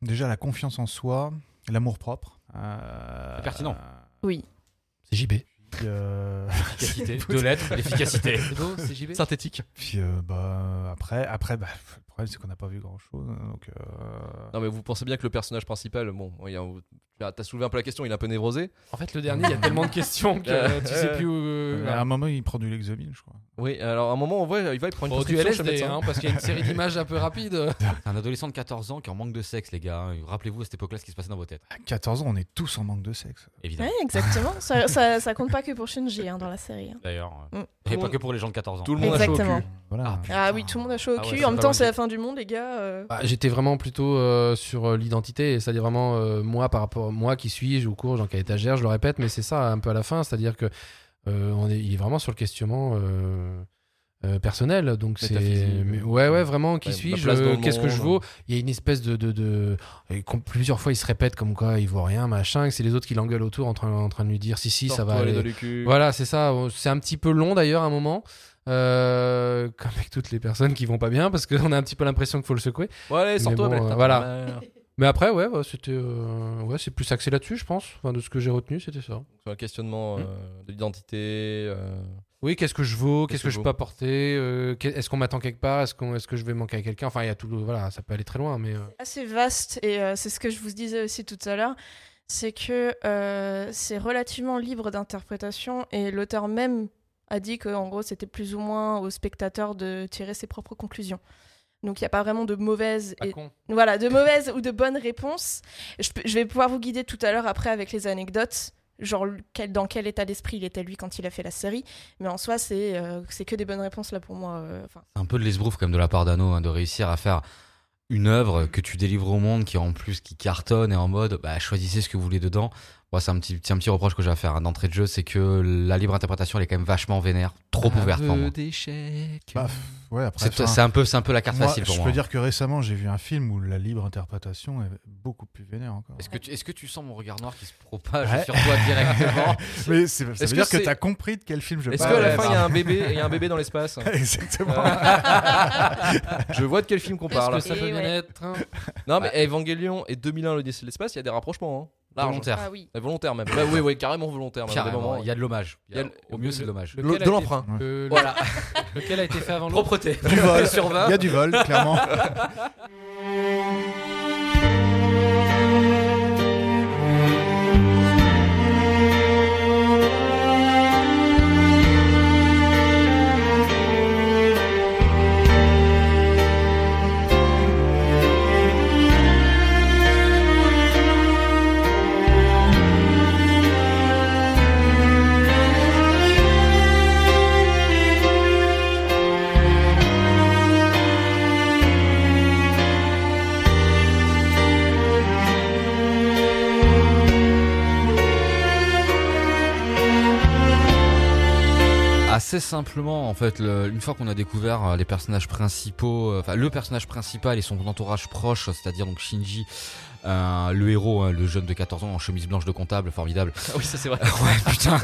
E: déjà la confiance en soi, l'amour propre. euh,
D: C'est pertinent.
C: Oui.
F: C'est JB.
E: Puis, euh,
D: Efficacité. Deux lettres, l'efficacité.
F: C'est beau, c'est JB.
B: Synthétique.
E: puis, euh, bah, après, après bah, le problème, c'est qu'on n'a pas vu grand-chose. hein, Donc, euh,
B: Non, mais vous pensez bien que le personnage principal, bon, il y a- tu as- t'as soulevé un peu la question, il est un peu névrosé.
F: En fait, le dernier, il y a tellement de questions que euh, tu sais plus où. euh,
D: bah.
E: à un moment, il prend du Lexomil, je crois.
B: Oui, alors à un moment, on voit, il va, il prend une
F: Bon, du
B: prescription chez le
F: LSD,
B: médecin.
F: hein, parce qu'il y a une série d'images un peu rapides.
D: C'est un adolescent de 14 ans qui en manque de sexe, les gars. hein. Rappelez-vous à cette époque-là ce qui se passait dans vos têtes.
E: À 14 ans, on est tous en manque de sexe.
C: Ouais,
D: Évidemment.
C: exactement. ça, ça, ça compte pas que pour Shinji hein, dans la série. hein.
D: D'ailleurs. euh,
C: Mm.
D: Et pas que pour les gens de 14 ans.
B: Tout le monde a chaud au
D: Oh.
C: Exactement.
B: cul.
E: Voilà.
C: Ah oui, tout le monde a chaud au
D: Ah ouais,
C: cul.
D: c'est
C: en même
D: pas
C: temps,
D: mal
C: c'est
D: dit.
C: la fin du monde, les gars. euh.
F: Bah, J'étais vraiment plutôt euh, sur euh, l'identité, c'est-à-dire vraiment euh, moi par rapport moi qui suis-je ou cours, Jean qu'à étagère, je le répète, mais c'est ça un peu à la fin, c'est-à-dire que euh, on est, il est vraiment sur le questionnement euh, euh, personnel, donc c'est
B: Métaphysique.
F: mais- ouais ouais vraiment qui
B: euh, Ouais, ma
F: suis-je,
B: place dans
F: euh,
B: le
F: qu'est-ce que
B: monde.
F: je vaux, il y a une espèce de, de, de- et qu'on- plusieurs fois il se répète comme quoi il vaut rien machin, que c'est les autres qui l'engueulent autour en train, en train de lui dire si si ça va
B: Sors-toi, les
F: aller,
B: doigts du cul.
F: voilà, c'est ça. C'est un petit peu long d'ailleurs à un moment. Euh, comme avec toutes les personnes qui vont pas bien, parce qu'on a un petit peu l'impression qu'il faut le secouer.
B: Bon, allez, sors-toi,
F: bon,
B: belle
F: euh,
B: tarte.
F: voilà. Mais après, ouais, bah, c'était, euh, ouais, c'est plus axé là-dessus, je pense. Enfin, de ce que j'ai retenu, c'était ça.
B: Sur le questionnement
F: Hmm.
B: euh, de l'identité. euh,
F: Oui, qu'est-ce que je vaux,
B: Qu'est-ce
F: qu'est-ce que,
B: que
F: je
B: je
F: peux apporter, euh, qu'est- est-ce qu'on m'attend quelque part, est-ce qu'on, est-ce que je vais manquer à quelqu'un. Enfin, il y a tout, le- voilà, ça peut aller très loin, mais euh,
C: assez vaste et euh, c'est ce que je vous disais aussi tout à l'heure, c'est que euh, c'est relativement libre d'interprétation et l'auteur même a dit que en gros c'était plus ou moins au spectateur de tirer ses propres conclusions. Donc il n'y a pas vraiment de mauvaise
F: pas
C: et-
F: con.
C: voilà de mauvaise ou de bonne réponse. Je, peux- je vais pouvoir vous guider tout à l'heure après avec les anecdotes. Genre, quel- dans quel état d'esprit il était lui quand il a fait la série. Mais en soi, c'est euh, c'est que des bonnes réponses là pour moi. euh, enfin,
D: C'est un peu de l'esbrouf quand même de la part d'Anno hein, de réussir à faire une œuvre que tu délivres au monde qui en plus qui cartonne et en mode bah choisissez ce que vous voulez dedans. Ouais, c'est un petit, c'est un petit reproche que j'ai à faire hein, d'entrée de jeu, c'est que la libre interprétation, elle est quand même vachement vénère, trop ouverte pour moi.
E: Bah, Ouais, après,
D: C'est
E: Ah, enfin,
D: c'est un peu, c'est un peu la carte
E: moi,
D: facile pour
E: je
D: moi. hein.
E: peux dire que récemment, j'ai vu un film où la libre interprétation est beaucoup plus vénère encore.
D: Est-ce que, tu, est-ce que tu sens mon regard noir qui se propage
E: Ouais.
D: sur toi directement
E: Mais c'est-
B: Est-ce
E: ça veut
B: que
E: dire que
B: c'est-
E: t'as compris de quel film je
B: Est-ce
E: parle.
B: qu'à la
D: ouais,
B: fin, il y a un bébé, il y a un bébé dans l'espace
E: Exactement.
B: Ah, Je vois de quel film qu'on parle.
F: Est-ce que ça peut
C: Et
F: bien
C: ouais.
F: être hein, un-
B: Non, mais Evangelion et 2001, l'Odyssée de l'espace, il y a des rapprochements. Hein. Large.
D: Volontaire.
C: Ah oui.
B: Euh, Volontaire même. Bah oui, oui, carrément volontaire. Même, à des
D: Carrément,
B: moments, hein.
D: il y a de l'hommage. Il y a-
B: Il y a le-
D: Au mieux, c'est de l'hommage.
B: De-
F: Lequel a
B: de
F: été-
B: l'emprunt.
F: le-
D: Voilà.
F: Lequel a été fait avant l'autre
D: Propreté.
E: Du vol.
D: sur
E: Il
D: 20.
E: y a du vol, clairement.
D: Assez simplement, en fait, le- une fois qu'on a découvert euh, les personnages principaux, euh, enfin le personnage principal et son entourage proche, c'est-à-dire donc Shinji, euh, le héros, hein, le jeune de 14 ans en chemise blanche de comptable, formidable.
B: Ah oui, ça c'est vrai.
D: ouais, putain.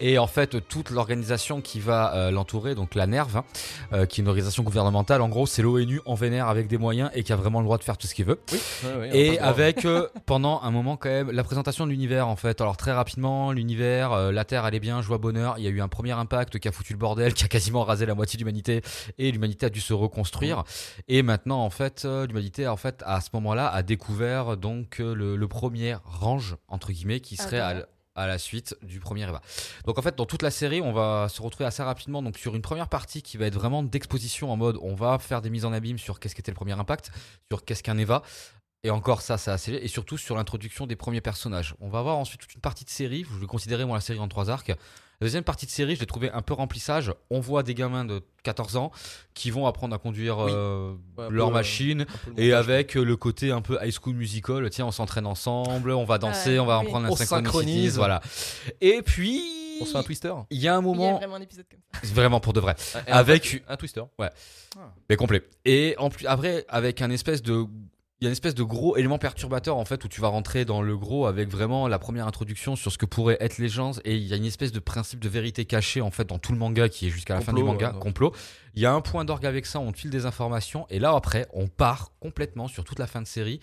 D: Et en fait, toute l'organisation qui va euh, l'entourer, donc la NERV, hein, euh, qui est une organisation gouvernementale, en gros, c'est l'ONU en vénère avec des moyens et qui a vraiment le droit de faire tout ce qu'il veut.
B: Oui. Ouais, ouais, on
D: Et
B: passe devant.
D: avec euh, pendant un moment quand même la présentation de l'univers en fait. Alors très rapidement l'univers, euh, la Terre allait bien, joie bonheur. Il y a eu un premier impact qui a foutu le bordel, qui a quasiment rasé la moitié de l'humanité et l'humanité a dû se reconstruire. Et maintenant en fait euh, l'humanité en fait à ce moment-là a découvert donc euh, le, le premier range entre guillemets qui
C: Ah,
D: serait à, l- à la suite du premier Eva. Donc en fait dans toute la série on va se retrouver assez rapidement donc sur une première partie qui va être vraiment d'exposition en mode on va faire des mises en abîme sur qu'est-ce qu'était le premier impact, sur qu'est-ce qu'un Eva. Et encore ça, ça assez et surtout sur l'introduction des premiers personnages. On va avoir ensuite toute une partie de série, je vais considérer moi la série en trois arcs. La deuxième partie de série, je l'ai trouvé un peu remplissage. On voit des gamins de 14 ans qui vont apprendre à conduire
B: Oui.
D: euh,
B: Ouais, un peu,
D: leur
B: euh,
D: machine
B: Un peu le
D: et
B: montage,
D: avec euh, le côté un peu high school musical, tiens, on s'entraîne ensemble, on va danser,
C: Ouais,
D: on va en
C: oui.
D: prendre un
B: On synchronise.
D: synchronise, voilà. Et puis
B: quoi. On se fait un twister
D: il y a un
C: Il y a
D: moment
C: vraiment un épisode comme ça.
D: vraiment pour de vrai
B: Ah, et un-
D: avec
B: Un twister.
D: mais complet. Et en plus, après, avec un espèce de. Il y a une espèce de gros élément perturbateur en fait où tu vas rentrer dans le gros avec vraiment la première introduction sur ce que pourrait être les gens et il y a une espèce de principe de vérité cachée en fait dans tout le manga qui est jusqu'à la fin du
B: Complot,
D: manga
B: ouais, ouais.
D: complot. Il y a un point d'orgue avec ça, on te file des informations et là après on part complètement sur toute la fin de série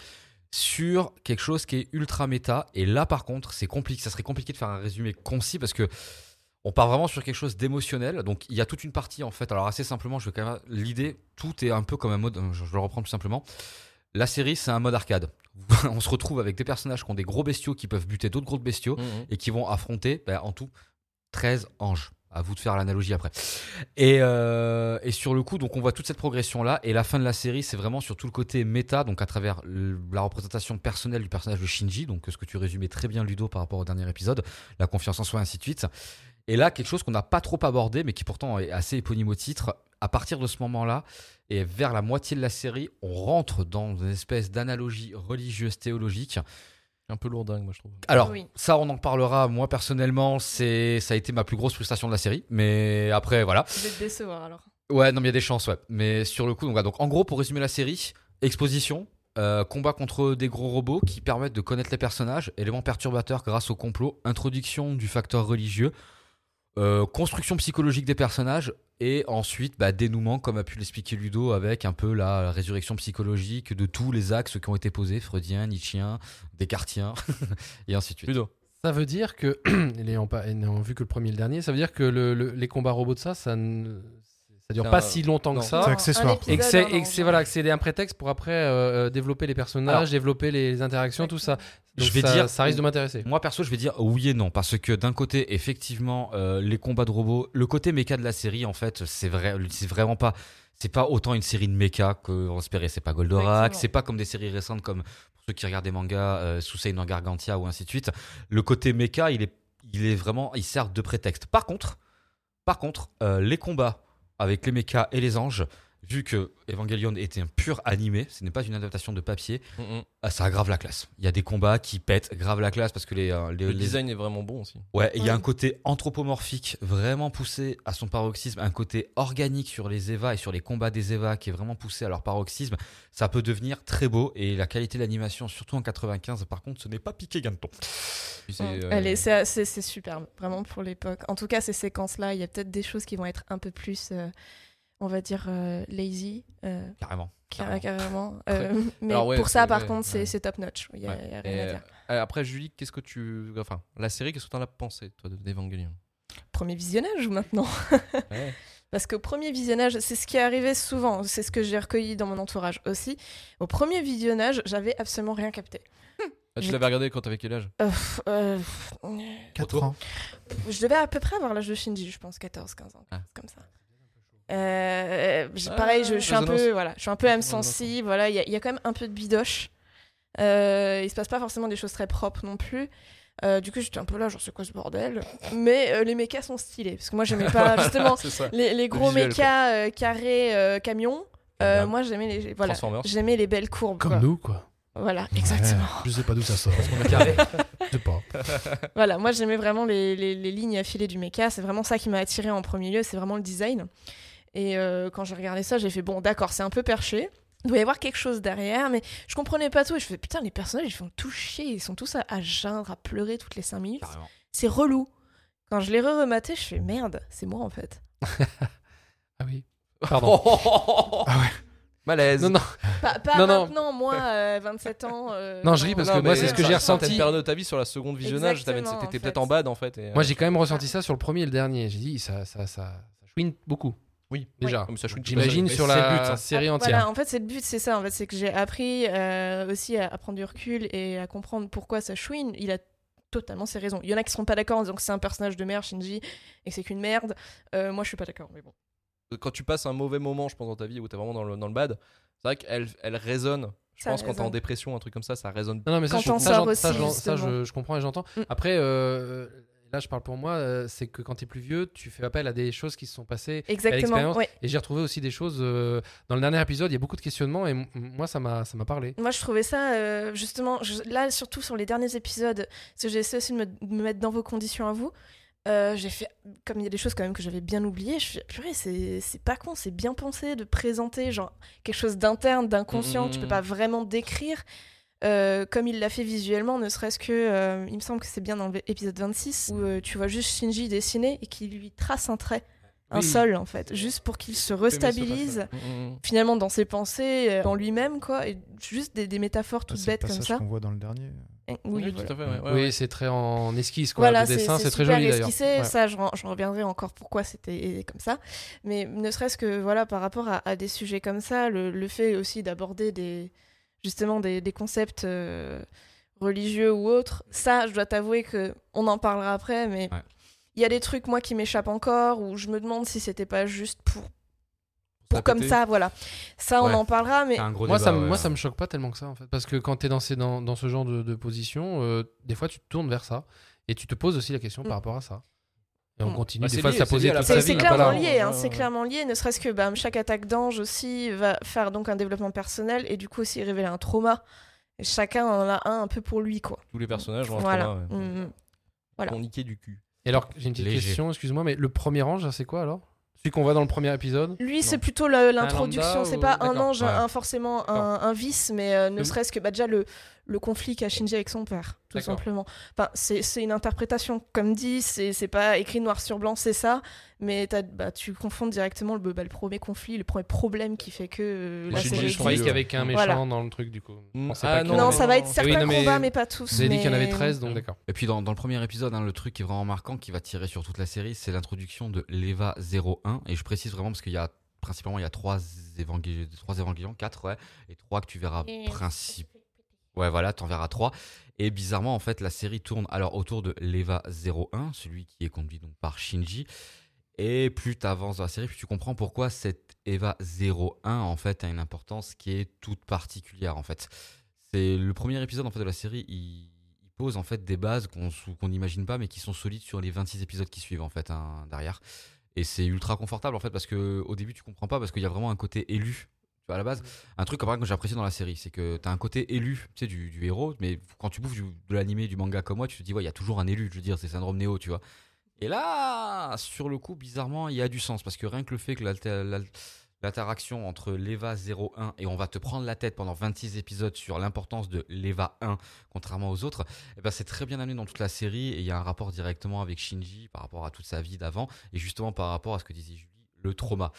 D: sur quelque chose qui est ultra méta et là par contre c'est compliqué, ça serait compliqué de faire un résumé concis parce que on part vraiment sur quelque chose d'émotionnel. Donc il y a toute une partie en fait. Alors assez simplement, je vais quand même l'idée, tout est un peu comme un mode. euh, Je, je le reprends plus simplement. La série, c'est un mode arcade. on se retrouve avec des personnages qui ont des gros bestiaux qui peuvent buter d'autres gros bestiaux
B: Mhm.
D: et qui vont affronter bah, en tout 13 anges. À vous de faire l'analogie après. Et, euh, et sur le coup, donc on voit toute cette progression là, et la fin de la série, c'est vraiment sur tout le côté méta, donc à travers l- la représentation personnelle du personnage de Shinji, donc ce que tu résumais très bien Ludo par rapport au dernier épisode, la confiance en soi, ainsi de suite. Et là, quelque chose qu'on n'a pas trop abordé, mais qui pourtant est assez éponyme au titre, à partir de ce moment-là, et vers la moitié de la série, on rentre dans une espèce d'analogie religieuse théologique
B: Un peu lourdingue, moi je trouve.
D: alors,
C: Oui.
D: ça, on en parlera. Moi, personnellement, c'est ça a été ma plus grosse frustration de la série. Mais après, voilà.
C: Je vais te décevoir alors.
D: Ouais, non, mais il y a des chances, ouais. Mais sur le coup, donc, voilà. donc en gros, pour résumer la série, exposition, euh, combat contre des gros robots qui permettent de connaître les personnages, éléments perturbateurs grâce au complot, introduction du facteur religieux, euh, construction psychologique des personnages, et ensuite bah, dénouement, comme a pu l'expliquer Ludo, avec un peu la résurrection psychologique de tous les axes qui ont été posés, freudien, nietzschien, descartien, et ainsi de suite.
B: Ludo.
F: Ça veut dire que, n'ayant pas- n'ayant vu que le premier et le dernier, ça veut dire que le- le- les combats robots de ça, ça ne ça dure
B: C'est
F: pas
B: un-
F: si longtemps
B: non.
F: que
E: C'est
F: ça.
E: accessoire.
F: Et que c'est
C: Épisode, hein,
F: et que c'est-
C: non,
F: voilà,
C: non.
F: que c'est un prétexte pour après euh, euh, développer les personnages,
D: Alors,
F: développer les interactions, tout ça. Donc
D: je vais
F: ça-
D: dire-
F: ça risque de m'intéresser.
C: Mm.
D: Moi perso, je vais dire oui et non parce que d'un côté, effectivement, euh, les combats de robots, le côté méca de la série, en fait, c'est vrai, c'est vraiment pas, c'est pas autant une série de méca qu'on espérait. C'est pas Goldorak,
C: Exactement.
D: c'est pas comme des séries récentes comme pour ceux qui regardent des mangas, euh, Susei no Gargantia ou ainsi de suite. Le côté méca, il est, il est vraiment, il sert de prétexte. Par contre, par contre, euh, les combats avec les mechas et les anges, vu que Evangelion était un pur animé, ce n'est pas une adaptation de papier,
B: Mhm.
D: ah, ça aggrave la classe. Il y a des combats qui pètent, grave la classe parce que les, euh, les-
B: Le
D: les-
B: design est vraiment bon aussi.
D: Ouais, il y
C: Ouais.
D: a un côté anthropomorphique vraiment poussé à son paroxysme, un côté organique sur les Eva et sur les combats des Eva qui est vraiment poussé à leur paroxysme. Ça peut devenir très beau et la qualité de l'animation, surtout en 95, par contre, ce n'est pas piqué Ganton.
C: Mm.
B: euh,
C: Allez, c'est c'est- c'est superbe, vraiment pour l'époque. En tout cas, ces séquences-là, il y a peut-être des choses qui vont être un peu plus, euh, on va dire, euh, lazy, euh,
D: Carrément.
C: car-
D: Carrément.
C: carrément.
B: Après-
C: Euh, mais
B: Alors ouais,
C: pour ça,
B: c'est-
C: par
B: ouais,
C: contre, c'est
B: ouais.
C: c'est top notch. Il y a,
B: Ouais.
C: il y a rien à
B: Et,
C: dire.
B: euh, après, Julie, qu'est-ce que tu. Enfin, la série, qu'est-ce que t'en as pensé, toi, de- d'Evangelion
C: Premier visionnage ou maintenant
B: Ouais.
C: Parce qu'au premier visionnage, c'est ce qui est arrivé souvent, c'est ce que j'ai recueilli dans mon entourage aussi. Au premier visionnage, j'avais absolument rien capté.
B: Ah, Tu
C: Je-
B: l'avais regardé quand t'avais quel âge
C: Euh, pff, euh, pff, euh,
E: 4 ans.
C: je devais à peu près avoir l'âge de Shinji, je pense, 14, 15 ans,
B: Ah.
C: comme ça. Euh, j'ai-
B: Ah,
C: pareil, je, je suis un
B: résonance.
C: peu, voilà, je suis un peu âme
B: Résonance.
C: sensible. Voilà, il y, a- il y a quand même un peu de bidoche. Euh, il se passe pas forcément des choses très propres non plus. Euh, du coup, j'étais un peu là, genre c'est quoi ce bordel Mais euh, les mécas sont stylés parce que moi j'aimais pas Ah, justement
B: C'est ça.
C: les, les gros
B: visuel, quoi.
C: mécas euh, carrés euh, camions. Euh, moi j'aimais les voilà,
B: Transformers.
C: j'aimais les belles courbes. quoi.
G: Comme nous, quoi.
C: Voilà, exactement.
G: Ouais, je sais pas d'où ça sort. Je sais pas.
C: Voilà, moi j'aimais vraiment les, les- les lignes affilées du mecha, c'est vraiment ça qui m'a attiré en premier lieu, c'est vraiment le design. Et euh, quand j'ai regardé ça, j'ai fait bon, d'accord, c'est un peu perché. Il doit y avoir quelque chose derrière, mais je comprenais pas tout. Et je fais putain, les personnages ils font tout chier, ils sont tous à, à geindre, à pleurer toutes les 5 minutes.
D: Carrément.
C: C'est relou. Quand je l'ai re-rematé, je fais merde, c'est moi en fait.
F: Ah oui.
B: Oh,
F: Pardon.
B: Malaise.
F: non, non,
C: Pas, pas
F: Non, non.
C: maintenant, moi, euh, 27 ans. euh,
F: Non, je ris parce que
C: non,
F: moi,
C: mais-
F: c'est ce que j'ai
B: ça,
F: ressenti.
B: T'as une période de ta vie sur la seconde visionnage, t'avais-
C: Exactement,
B: t'étais
C: en
B: peut-être
C: fait.
B: en bad en fait. et, euh,
F: Moi, j'ai quand même ressenti ça sur le premier et le dernier. J'ai dit, ça, ça, ça, ça chouine beaucoup.
B: Oui.
F: Déjà.
B: Comme Ah, ça, je suis une petite
F: J'imagine
B: personne.
F: sur
B: Mais
F: la
B: c'est le but, hein.
F: série
C: Ah,
F: entière.
C: Voilà, en fait, c'est le but, c'est ça. En fait, c'est que j'ai appris euh, aussi à, à prendre du recul et à comprendre pourquoi ça chouine. Il a totalement ses raisons. Il y en a qui seront pas d'accord en disant que c'est un personnage de merde, Shinji, et que c'est qu'une merde. Euh, moi, je suis pas d'accord, mais bon.
B: Quand tu passes un mauvais moment, je pense, dans ta vie où t'es vraiment dans le, dans le bad, c'est vrai qu'elle elle résonne. Je
C: Ça
B: pense quand t'es en
C: résonne.
B: dépression, un truc comme ça, ça résonne.
F: Non, non, mais ça,
C: Quand
F: je,
C: on
F: ça,
C: sort
F: j'en- ça,
C: aussi,
F: j'en- ça,
C: justement.
F: je, je comprends et j'entends.
C: Mm.
F: Après, euh, là, je parle pour moi, euh, c'est que quand t'es plus vieux, tu fais appel à des choses qui se sont passées.
C: Exactement.
F: l'expérience.
C: ouais.
F: Et j'ai retrouvé aussi des choses. euh, dans le dernier épisode, il y a beaucoup de questionnements et m- moi, ça m'a ça m'a parlé.
C: Moi, je trouvais ça, euh, justement, je- là, surtout sur les derniers épisodes, parce que j'ai essayé aussi de me, de me mettre dans vos conditions à vous. euh, j'ai fait, comme il y a des choses quand même que j'avais bien oubliées, je suis purée, c'est c'est pas con, c'est bien pensé de présenter genre quelque chose d'interne, d'inconscient, que tu peux pas vraiment décrire, euh, comme il l'a fait visuellement, ne serait-ce que, euh, il me semble que c'est bien dans l'épisode 26, où euh, tu vois juste Shinji dessiner et qui lui trace un trait, un
F: Oui.
C: sol en fait, juste pour qu'il se restabilise finalement dans ses pensées, euh, dans lui-même, quoi, et juste des, des métaphores toutes
E: Ah, C'est le
C: bêtes comme
E: passage
C: ça.
E: qu'on voit dans le dernier.
C: Eh,
B: Oui,
C: Oui,
B: tout à
C: voilà.
B: fait. ouais, ouais,
F: oui,
B: ouais.
F: c'est très en esquisse, quoi.
C: Voilà,
F: le dessin, c'est très
C: super
F: joli d'ailleurs.
C: esquissé,
F: Ouais.
C: Ça, j'en j'en reviendrai encore pourquoi c'était comme ça. Mais ne serait-ce que voilà, par rapport à, à des sujets comme ça, le, le fait aussi d'aborder des justement des, des concepts euh, religieux ou autres, ça, je dois t'avouer que on en parlera après, mais il
D: Ouais.
C: y a des trucs moi qui m'échappent encore où je me demande si c'était pas juste pour
D: Ça
C: pour comme
D: pété.
C: ça, voilà. Ça, on
D: Ouais. Ah,
C: en parlera, mais
D: C'est un gros
F: Moi, ça,
D: débat,
F: me-
D: ouais.
F: moi, ça me choque pas tellement que ça, en fait. Parce que quand t'es dans, ces- dans, dans ce genre de, de position, euh, des fois, tu te tournes vers ça et tu te poses aussi la question
C: Mm.
F: par rapport à ça. Et on
C: Mm.
F: continue
B: Bah,
F: des
B: c'est
F: fois
B: lié,
F: de
B: c'est lié
F: s'apposer
B: à la
F: toute sa
C: C'est
B: Ah,
F: poser.
C: c'est
B: oui,
C: clairement
B: voilà.
C: lié, hein,
B: Ouais,
C: c'est
B: ouais.
C: clairement lié. Ne serait-ce que bah, chaque attaque d'ange aussi va faire donc un développement personnel et du coup aussi révéler un trauma. Et chacun en a un un peu pour lui, quoi.
B: Tous les personnages ont un
C: voilà.
B: trauma, ouais.
C: Mm, mm. voilà.
B: Ils ont niqué du cul.
F: Et alors, j'ai une petite
D: Léger.
F: question, excuse-moi, mais le premier ange, là, c'est quoi alors Celui qu'on voit dans le premier épisode
C: Lui, c'est plutôt la-
F: lambda
C: l'introduction, c'est
F: ou-
C: pas un
F: D'accord,
C: ange,
F: ouais.
C: un, forcément un, un vice, mais euh, ne
F: Donc-
C: serait-ce que bah, déjà le, le conflit qu'a Shinji avec son père, tout
F: D'accord.
C: simplement. Enfin, c'est c'est une interprétation, comme dit, c'est c'est pas écrit noir sur blanc, c'est ça, mais t'as- bah, tu confonds directement le, bah, le premier conflit, le premier problème qui fait que euh, la
B: Shinji,
F: Je
C: série
B: son
C: existe.
F: croyais qu'il y avait qu'un méchant
C: Voilà.
F: dans le truc, du coup. Je
B: Mm.
F: pensais
B: Ah,
F: pas qu'il y en
C: Non,
F: avait-
C: ça va être
B: Oui,
C: certains
F: non, mais
C: combats, mais pas tous.
F: Vous avez dit qu'il y en avait
C: mais-
F: 13, donc d'accord.
D: Et puis dans, dans le premier épisode, hein, le truc qui est vraiment marquant, qui va tirer sur toute la série, c'est l'introduction de l'Eva 01. Et je précise vraiment parce qu'il y a principalement il y a trois évangélions, trois évangélions, quatre ouais, et trois que tu verras principalement. Ouais, voilà, t'en verras trois. Et bizarrement, en fait, la série tourne alors autour de l'Eva 01, celui qui est conduit donc par Shinji. Et plus tu avances dans la série, plus tu comprends pourquoi cette Eva 01, en fait, a une importance qui est toute particulière, en fait. C'est le premier épisode, en fait, de la série, il, il pose, en fait, des bases qu'on sou- qu'on n'imagine pas, mais qui sont solides sur les 26 épisodes qui suivent, en fait, hein, derrière. Et c'est ultra confortable en fait parce que au début tu comprends pas parce qu'il y a vraiment un côté élu. Tu vois, à la base, un truc par exemple, que j'ai apprécié dans la série, c'est que t'as un côté élu, tu sais, du, du héros, mais quand tu bouffes du- de l'animé, du manga comme moi, tu te dis, ouais, il y a toujours un élu, je veux dire, c'est syndrome néo, tu vois. Et là, sur le coup, bizarrement, il y a du sens parce que rien que le fait que l'alter- l'al- l'interaction entre l'EVA 01 et on va te prendre la tête pendant 26 épisodes sur l'importance de l'EVA 1, contrairement aux autres, eh ben, c'est très bien amené dans toute la série et il y a un rapport directement avec Shinji par rapport à toute sa vie d'avant et justement par rapport à ce que disait Julie, le trauma.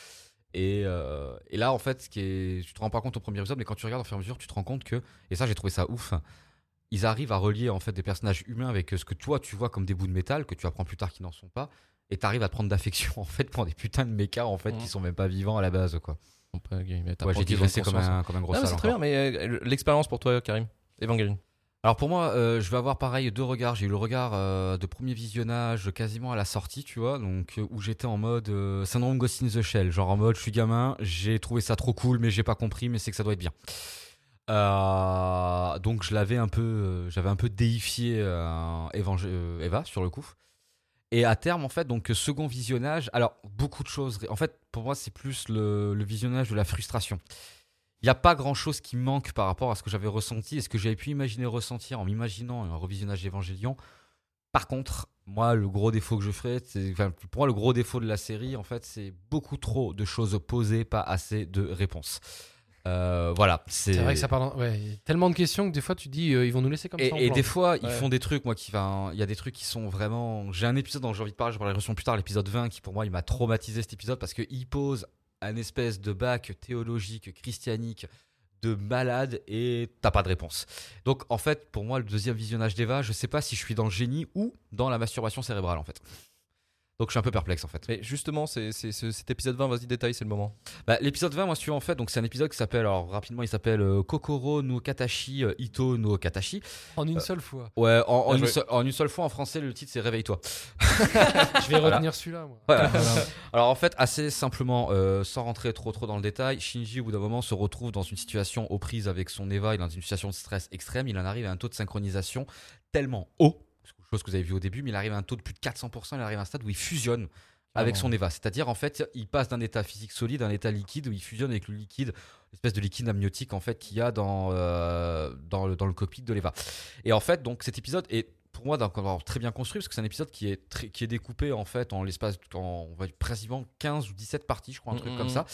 D: Et, euh, et là, en fait, ce qui est, tu te rends pas compte au premier épisode, mais quand tu regardes au fur et à mesure, tu te rends compte que, et ça, j'ai trouvé ça ouf, ils arrivent à relier en fait des personnages humains avec ce que toi tu vois comme des bouts de métal que tu apprends plus tard qui n'en sont pas, et t'arrives à te prendre d'affection en fait pour des putains de mécas en fait
F: Mhm.
D: qui sont même pas vivants à la base, quoi. Ouais,
B: euh,
F: Ouais,
D: j'ai digressé comme un, comme un gros
B: Non, Ah, mais
D: sale
B: c'est très
D: encore.
B: bien, mais euh, l'expérience pour toi, Karim, Evangelion.
D: Alors pour moi, euh, je vais avoir pareil deux regards. J'ai eu le regard euh, de premier visionnage quasiment à la sortie, tu vois, donc euh, où j'étais en mode euh, syndrome Ghost in the Shell, genre en mode je suis gamin, j'ai trouvé ça trop cool, mais j'ai pas compris, mais c'est que ça doit être bien. Euh, donc je l'avais un peu, euh, j'avais un peu déifié euh, Evangé- euh, Eva sur le coup. Et à terme, en fait, donc euh, second visionnage, alors beaucoup de choses. En fait, pour moi, c'est plus le, le visionnage de la frustration. Il n'y a pas grand chose qui manque par rapport à ce que j'avais ressenti et ce que j'avais pu imaginer ressentir en m'imaginant un revisionnage d'Evangélion. Par contre, moi, le gros défaut que je ferais, c'est, enfin, pour moi, le gros défaut de la série, en fait, c'est beaucoup trop de choses posées, pas assez de réponses. Euh, voilà.
F: C'est vrai que ça parle. en- Ouais, il y a tellement de questions que des fois tu dis euh, ils vont nous laisser comme
D: et,
F: ça. en
D: et
F: plan.
D: des fois, ils
F: Ouais.
D: font des trucs, moi, qui va. Il y a des trucs qui sont vraiment. J'ai un épisode dont j'ai envie de parler, je parlerai plus tard, l'épisode 20, qui pour moi, il m'a traumatisé cet épisode parce qu'il pose un espèce de bac théologique, christianique, de malade et t'as pas de réponse. Donc, en fait, pour moi, le deuxième visionnage d'Eva, je sais pas si je suis dans le génie ou dans la masturbation cérébrale, en fait. Donc, je suis un peu perplexe, en fait.
B: Mais justement, c'est c'est- c'est- cet épisode 20, vas-y, détail, c'est le moment.
D: Bah, l'épisode 20, moi, suivant en fait, donc c'est un épisode qui s'appelle, alors rapidement, il s'appelle euh, Kokoro no Katashi euh, Ito no Katashi.
F: En une seule fois.
D: Ouais, en, en
F: Ah,
B: Bien
D: une,
B: joué.
D: seule- en une seule fois en français, le titre c'est Réveille-toi.
F: Je vais
D: Voilà.
F: retenir celui-là. moi.
D: Ouais, ouais. Alors en fait, assez simplement, euh, sans rentrer trop trop dans le détail, Shinji au bout d'un moment se retrouve dans une situation aux prises avec son Eva, il est dans une situation de stress extrême, il en arrive à un taux de synchronisation tellement haut, chose que vous avez vu au début, mais il arrive à un taux de plus de 400%, il arrive à un stade où il fusionne avec son Eva. C'est-à-dire en fait, il passe d'un état physique solide à un état liquide où il fusionne avec le liquide, l'espèce de liquide amniotique en fait qu'il y a dans, euh, dans, le, dans le cockpit de l'Eva. Et en fait, donc cet épisode est pour moi d'un- alors, très bien construit parce que c'est un épisode qui est, très- qui est découpé en fait en l'espace en on va dire, quasiment 15 ou 17 parties, je crois, un
B: Mhm.
D: truc comme ça.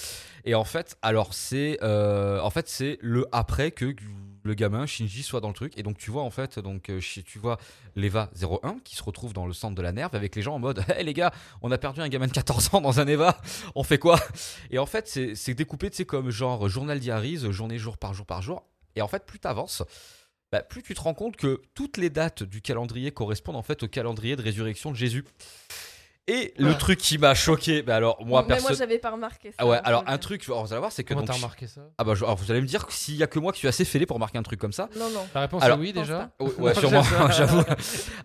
D: Et en fait, alors c'est euh, en fait c'est le après que le gamin Shinji soit dans le truc et donc tu vois en fait donc euh, chi- tu vois l'Eva 01 qui se retrouve dans le centre de la nerve avec les gens en mode hey, les gars on a perdu un gamin de 14 ans dans un Eva on fait quoi et en fait c'est c'est découpé tu sais comme genre journal diarise journée jour par jour par jour et en fait plus t'avances bah, plus tu te rends compte que toutes les dates du calendrier correspondent en fait au calendrier de résurrection de Jésus et le truc qui m'a choqué bah alors moi
C: Mais moi,
D: perso
C: j'avais pas remarqué ça.
D: ah ouais,
C: hein,
D: alors
C: je
D: un
C: le-
D: truc, alors, vous allez voir, c'est que
F: Comment
D: donc-
F: t'as remarqué ça
D: ah bah, je- alors, vous allez me dire que s'il y a que moi qui suis assez fêlé pour remarquer un truc comme ça. hein.
C: Non, non.
F: Ta réponse
D: Alors-
F: est oui
C: pense
F: déjà.
D: Ouais, ouais, sûrement, j'avoue.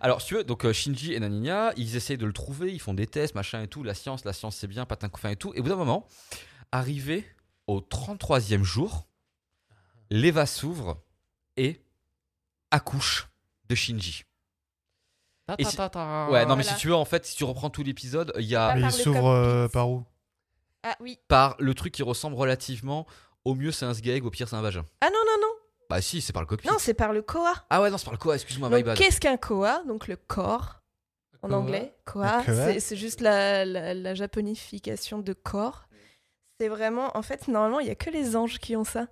D: Alors, si tu veux, donc euh, Shinji et Naninya, ils essayent de le trouver, ils font des tests, machin et tout, la science, la science c'est bien, patin couffin et tout. Et au bout d'un moment, arrivé au 33e jour, l'Eva s'ouvre et accouche de Shinji.
F: Ta,
D: Et
F: ta,
D: si-
F: ta, ta.
D: Ouais, non
C: Ah, Voilà.
D: mais si tu veux, en fait, si tu reprends tout l'épisode, il y a...
C: Pas
E: Mais il
C: parler comme
E: s'ouvre euh,
C: Pete.
E: par où
C: Ah oui.
D: par le truc qui ressemble relativement, au mieux c'est un sgeg, au pire c'est un vagin.
C: Ah non, non, non.
D: Bah si, c'est par le cockpit.
C: Non, c'est par le koa.
D: Ah ouais, non, c'est par le quoi, excuse-moi, my
C: Donc,
D: bad.
C: Qu'est-ce qu'un koa Donc le corps en
F: Koa.
C: anglais. Koa,
E: Le koa.
C: c'est- c'est juste la, la, la japonification de corps. C'est vraiment, en fait, normalement, il y a que les anges qui ont ça.